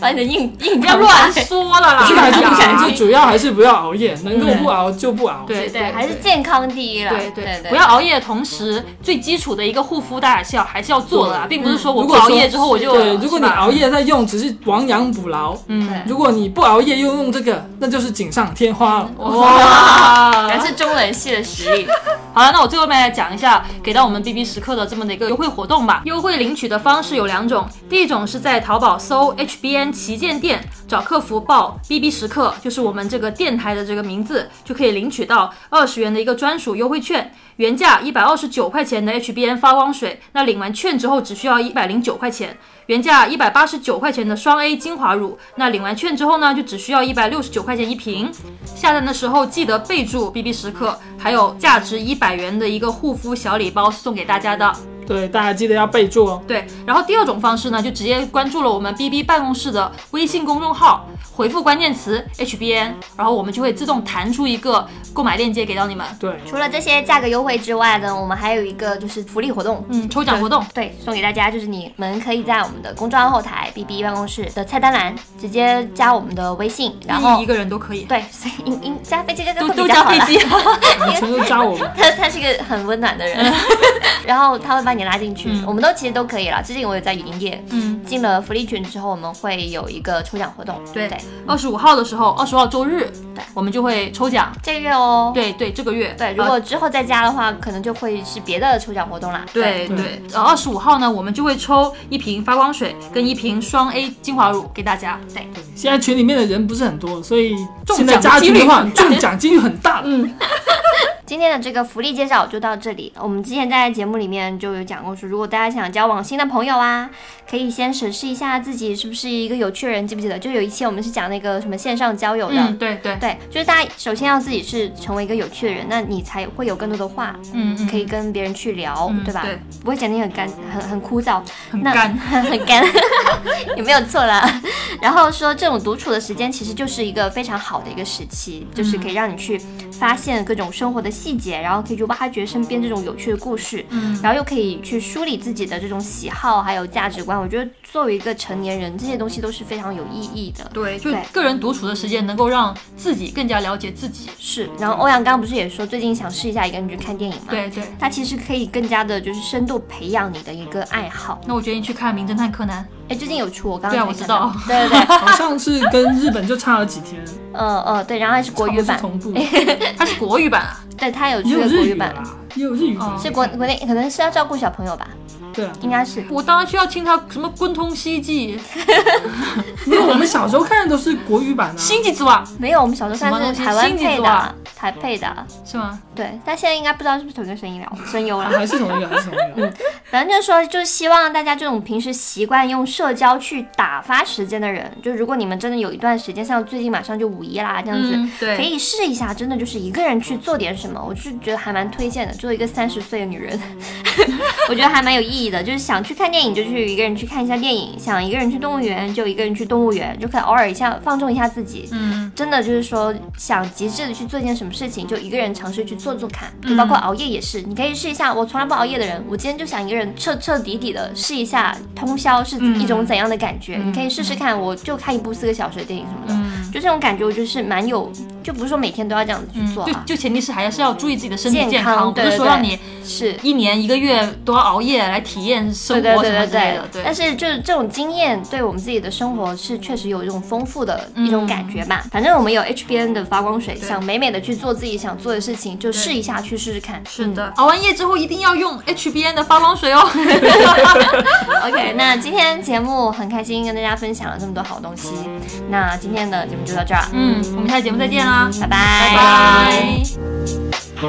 [SPEAKER 1] 把你的硬硬
[SPEAKER 2] 不要乱说了
[SPEAKER 3] [LAUGHS]
[SPEAKER 2] 啦，
[SPEAKER 3] 是还是不
[SPEAKER 2] 哎呀
[SPEAKER 3] 想，就主要还是不要熬夜，能够不熬就不熬。
[SPEAKER 2] 对
[SPEAKER 1] 对， [LAUGHS] 还是健康第一啦。
[SPEAKER 2] 对
[SPEAKER 1] 对
[SPEAKER 2] 对，不要熬夜的同时，最基础的一个护肤大家是要还是要做的啦，
[SPEAKER 3] 对
[SPEAKER 2] 并不是说我
[SPEAKER 3] 如
[SPEAKER 2] 不
[SPEAKER 3] 果说
[SPEAKER 2] 熬夜之后我就
[SPEAKER 3] 对，如果你
[SPEAKER 2] 是吧
[SPEAKER 3] 熬夜在用，只是亡羊补牢。
[SPEAKER 2] 嗯，
[SPEAKER 3] 如果你不熬夜又用这个，那就是锦上添花了。
[SPEAKER 2] 哦哇，
[SPEAKER 1] 还是中人系的实力。
[SPEAKER 2] 好了，那我最后面来讲一下给到我们 B B 时刻的这么的一个优惠活动吧。优惠领取的方式有两种，第一种是在淘宝搜 H B N 旗舰店，找客服报 B B 时刻，就是我们这个电台的这个名字，就可以领取到二十元的一个专属优惠券。原价一百二十九块钱的 H B N 发光水，那领完券之后只需要一百零九块钱。原价一百八十九块钱的双 A 精华乳，那领完券之后呢，就只需要一百六十九块钱一瓶。下单的时候记得备注 “B B 时刻”，还有价值一百元的一个护肤小礼包送给大家的。
[SPEAKER 3] 对，大家记得要备注哦。
[SPEAKER 2] 对，然后第二种方式呢，就直接关注了我们 B B 办公室的微信公众号，回复关键词 H B N，然后我们就会自动弹出一个购买链接给到你们。
[SPEAKER 3] 对，
[SPEAKER 1] 除了这些价格优惠之外呢，我们还有一个就是福利活动，
[SPEAKER 2] 嗯，抽奖活动，
[SPEAKER 1] 对，送给大家就是你们可以在我们的公众号后台 B B 办公室的菜单栏直接加我们的微信，然
[SPEAKER 2] 任意
[SPEAKER 1] 后
[SPEAKER 2] 一个人都可以，
[SPEAKER 1] 对，所以应应嗯加飞机哥哥
[SPEAKER 2] 都
[SPEAKER 1] 会
[SPEAKER 2] 都
[SPEAKER 1] 比较
[SPEAKER 2] 加
[SPEAKER 1] 好 [LAUGHS]
[SPEAKER 2] 飞
[SPEAKER 1] 啦。
[SPEAKER 2] 机。
[SPEAKER 3] 全都加我们。
[SPEAKER 1] [LAUGHS] 他他是一个很温暖的人，然后他会把你你拉进去，
[SPEAKER 2] 嗯
[SPEAKER 1] 我们都其实都可以啦。最近我有在营业，
[SPEAKER 2] 嗯，
[SPEAKER 1] 进了福利群之后，我们会有一个抽奖活动，
[SPEAKER 2] 对
[SPEAKER 1] 对，
[SPEAKER 2] 二十五号的时候，二十号周日，
[SPEAKER 1] 对，
[SPEAKER 2] 我们就会抽奖。
[SPEAKER 1] 这个月哦，
[SPEAKER 2] 对对，这个月
[SPEAKER 1] 对，如
[SPEAKER 2] 呃
[SPEAKER 1] 果之后再加的话，可能就会是别的抽奖活动啦。
[SPEAKER 2] 对对，呃，二十五号呢，我们就会抽一瓶发光水跟一瓶双 A 精华乳给大家。
[SPEAKER 1] 嗯
[SPEAKER 3] 现在群里面的人不是很多，所以
[SPEAKER 2] 中
[SPEAKER 3] 现在
[SPEAKER 2] 奖
[SPEAKER 3] 加
[SPEAKER 2] 几
[SPEAKER 3] 群的
[SPEAKER 2] 率
[SPEAKER 3] 话
[SPEAKER 2] 很，大
[SPEAKER 3] 中奖几率很大。嗯，
[SPEAKER 1] 今天的这个福利介绍就到这里。我们之前在节目里面就有讲过说，如果大家想交往新的朋友啊，可以先审视一下自己是不是一个有趣的人，记不记得？就有一期我们是讲那个什么线上交友的。
[SPEAKER 2] 嗯，对对，
[SPEAKER 1] 对，就是大家首先要自己是成为一个有趣的人，那你才会有更多的话
[SPEAKER 2] 嗯嗯，
[SPEAKER 1] 可以跟别人去聊，
[SPEAKER 2] 嗯
[SPEAKER 1] 对吧？
[SPEAKER 2] 对，
[SPEAKER 1] 不会讲得很干，很很枯燥。
[SPEAKER 2] 很
[SPEAKER 1] 那
[SPEAKER 2] 干。
[SPEAKER 1] [LAUGHS] 很干，也没有错啦。然后说这种独处的时间其实就是一个非常好的一个时期，
[SPEAKER 2] 嗯
[SPEAKER 1] 就是可以让你去发现各种生活的细节，然后可以去挖掘身边这种有趣的故事，
[SPEAKER 2] 嗯
[SPEAKER 1] 然后又可以去梳理自己的这种喜好还有价值观。我觉得作为一个成年人，这些东西都是非常有意义的。
[SPEAKER 2] 对，就
[SPEAKER 1] 对
[SPEAKER 2] 个人独处的时间能够让自己更加了解自己。
[SPEAKER 1] 是，然后欧阳刚刚不是也说最近想试一下一个人去看电影吗？，
[SPEAKER 2] 嗯对对，
[SPEAKER 1] 它其实可以更加的就是深度培养你的一个爱好。
[SPEAKER 2] 那我决定去看《名侦探柯南
[SPEAKER 1] 哎，最近有出，我刚
[SPEAKER 2] 对啊
[SPEAKER 1] 刚
[SPEAKER 2] 我
[SPEAKER 1] 才
[SPEAKER 2] 知
[SPEAKER 1] 看到
[SPEAKER 2] 道
[SPEAKER 1] 对对对，
[SPEAKER 3] 好像是跟日本就差了几
[SPEAKER 2] [LAUGHS]
[SPEAKER 3] 天，
[SPEAKER 1] 嗯嗯对，然后还是国语
[SPEAKER 3] 差
[SPEAKER 1] 版，
[SPEAKER 3] 不多是同步，》，
[SPEAKER 2] 它是国语版啊。
[SPEAKER 1] 对，它有出
[SPEAKER 3] 也有
[SPEAKER 1] 个国
[SPEAKER 3] 日
[SPEAKER 1] 语
[SPEAKER 3] 语
[SPEAKER 1] 版
[SPEAKER 3] 的。啦，也有日语版
[SPEAKER 2] 哦，
[SPEAKER 1] 是国国内可能是要照顾小朋友吧，
[SPEAKER 3] 对啊。
[SPEAKER 1] 应该是。
[SPEAKER 2] 我当然需要听它什么《昆通西记》
[SPEAKER 1] 嗯
[SPEAKER 2] 《
[SPEAKER 3] 因为我们小时候看的都是国语版的啊，
[SPEAKER 2] 星际之王
[SPEAKER 1] 没有，我们小时候看是台湾
[SPEAKER 2] 什
[SPEAKER 1] 配
[SPEAKER 2] 么东西新几
[SPEAKER 1] 的
[SPEAKER 2] 座啊
[SPEAKER 1] 啊，台配的啊。》
[SPEAKER 2] 是吗？
[SPEAKER 1] 对，但现在应该不知道是不是同一个声音了，声优
[SPEAKER 3] 啊
[SPEAKER 1] 了。
[SPEAKER 3] 还是同一个，还是同一个。
[SPEAKER 1] 反正就是说，就是希望大家这种平时习惯用社交去打发时间的人，就如果你们真的有一段时间，像最近马上就五一啦，这样子。
[SPEAKER 2] 嗯，
[SPEAKER 1] 可
[SPEAKER 2] 对。
[SPEAKER 1] 以试一下，真的就是一个人去做点什么，我是觉得还蛮推荐的。做一个三十岁的女人， [LAUGHS] 我觉得还蛮有意义的。就是想去看电影，就去一个人去看一下电影；想一个人去动物园，就一个人去动物园，就可以偶尔一下放纵一下自己。
[SPEAKER 2] 嗯，
[SPEAKER 1] 真的就是说，想极致的去做一件什么事情，就一个人尝试去做做看，
[SPEAKER 2] 嗯
[SPEAKER 1] 就包括熬夜也是，你可以试一下。我从来不熬夜的人，我今天就想一个人彻彻底底的试一下通宵是一种怎样的感
[SPEAKER 2] 嗯
[SPEAKER 1] 觉，你可以试试看。我就看一部四个小时的电影什么的，就这种感觉，我就是蛮有，就不是说每天都要这样子去做
[SPEAKER 2] 就
[SPEAKER 1] 啊，
[SPEAKER 2] 就前提是还是要注意自己的身体
[SPEAKER 1] 健
[SPEAKER 2] 健
[SPEAKER 1] 康
[SPEAKER 2] 康，不
[SPEAKER 1] 对
[SPEAKER 2] 是
[SPEAKER 1] 对
[SPEAKER 2] 说
[SPEAKER 1] 对
[SPEAKER 2] 让你
[SPEAKER 1] 是。
[SPEAKER 2] 一年一个月都要熬夜来体验生
[SPEAKER 1] 对对
[SPEAKER 2] 活
[SPEAKER 1] 对
[SPEAKER 2] 什么
[SPEAKER 1] 对
[SPEAKER 2] 之类
[SPEAKER 1] 对
[SPEAKER 2] 的。，
[SPEAKER 1] 但是就是这种经验，对我们自己的生活是确实有一种丰富的一种感觉
[SPEAKER 2] 嗯
[SPEAKER 1] 吧。反正我们有 HBN 的发光水，想美美的去做自己想做的事情，就试一下去试试看。
[SPEAKER 2] 是的，嗯熬完夜之后一定要用 HBN 的发光水哦。 [LAUGHS]
[SPEAKER 1] OK，那今天节目很开心跟大家分享了这么多好东西，那今天的节目就到这儿，
[SPEAKER 2] 嗯，我们下期节目再见啦，
[SPEAKER 1] 拜拜
[SPEAKER 2] 嗯拜拜。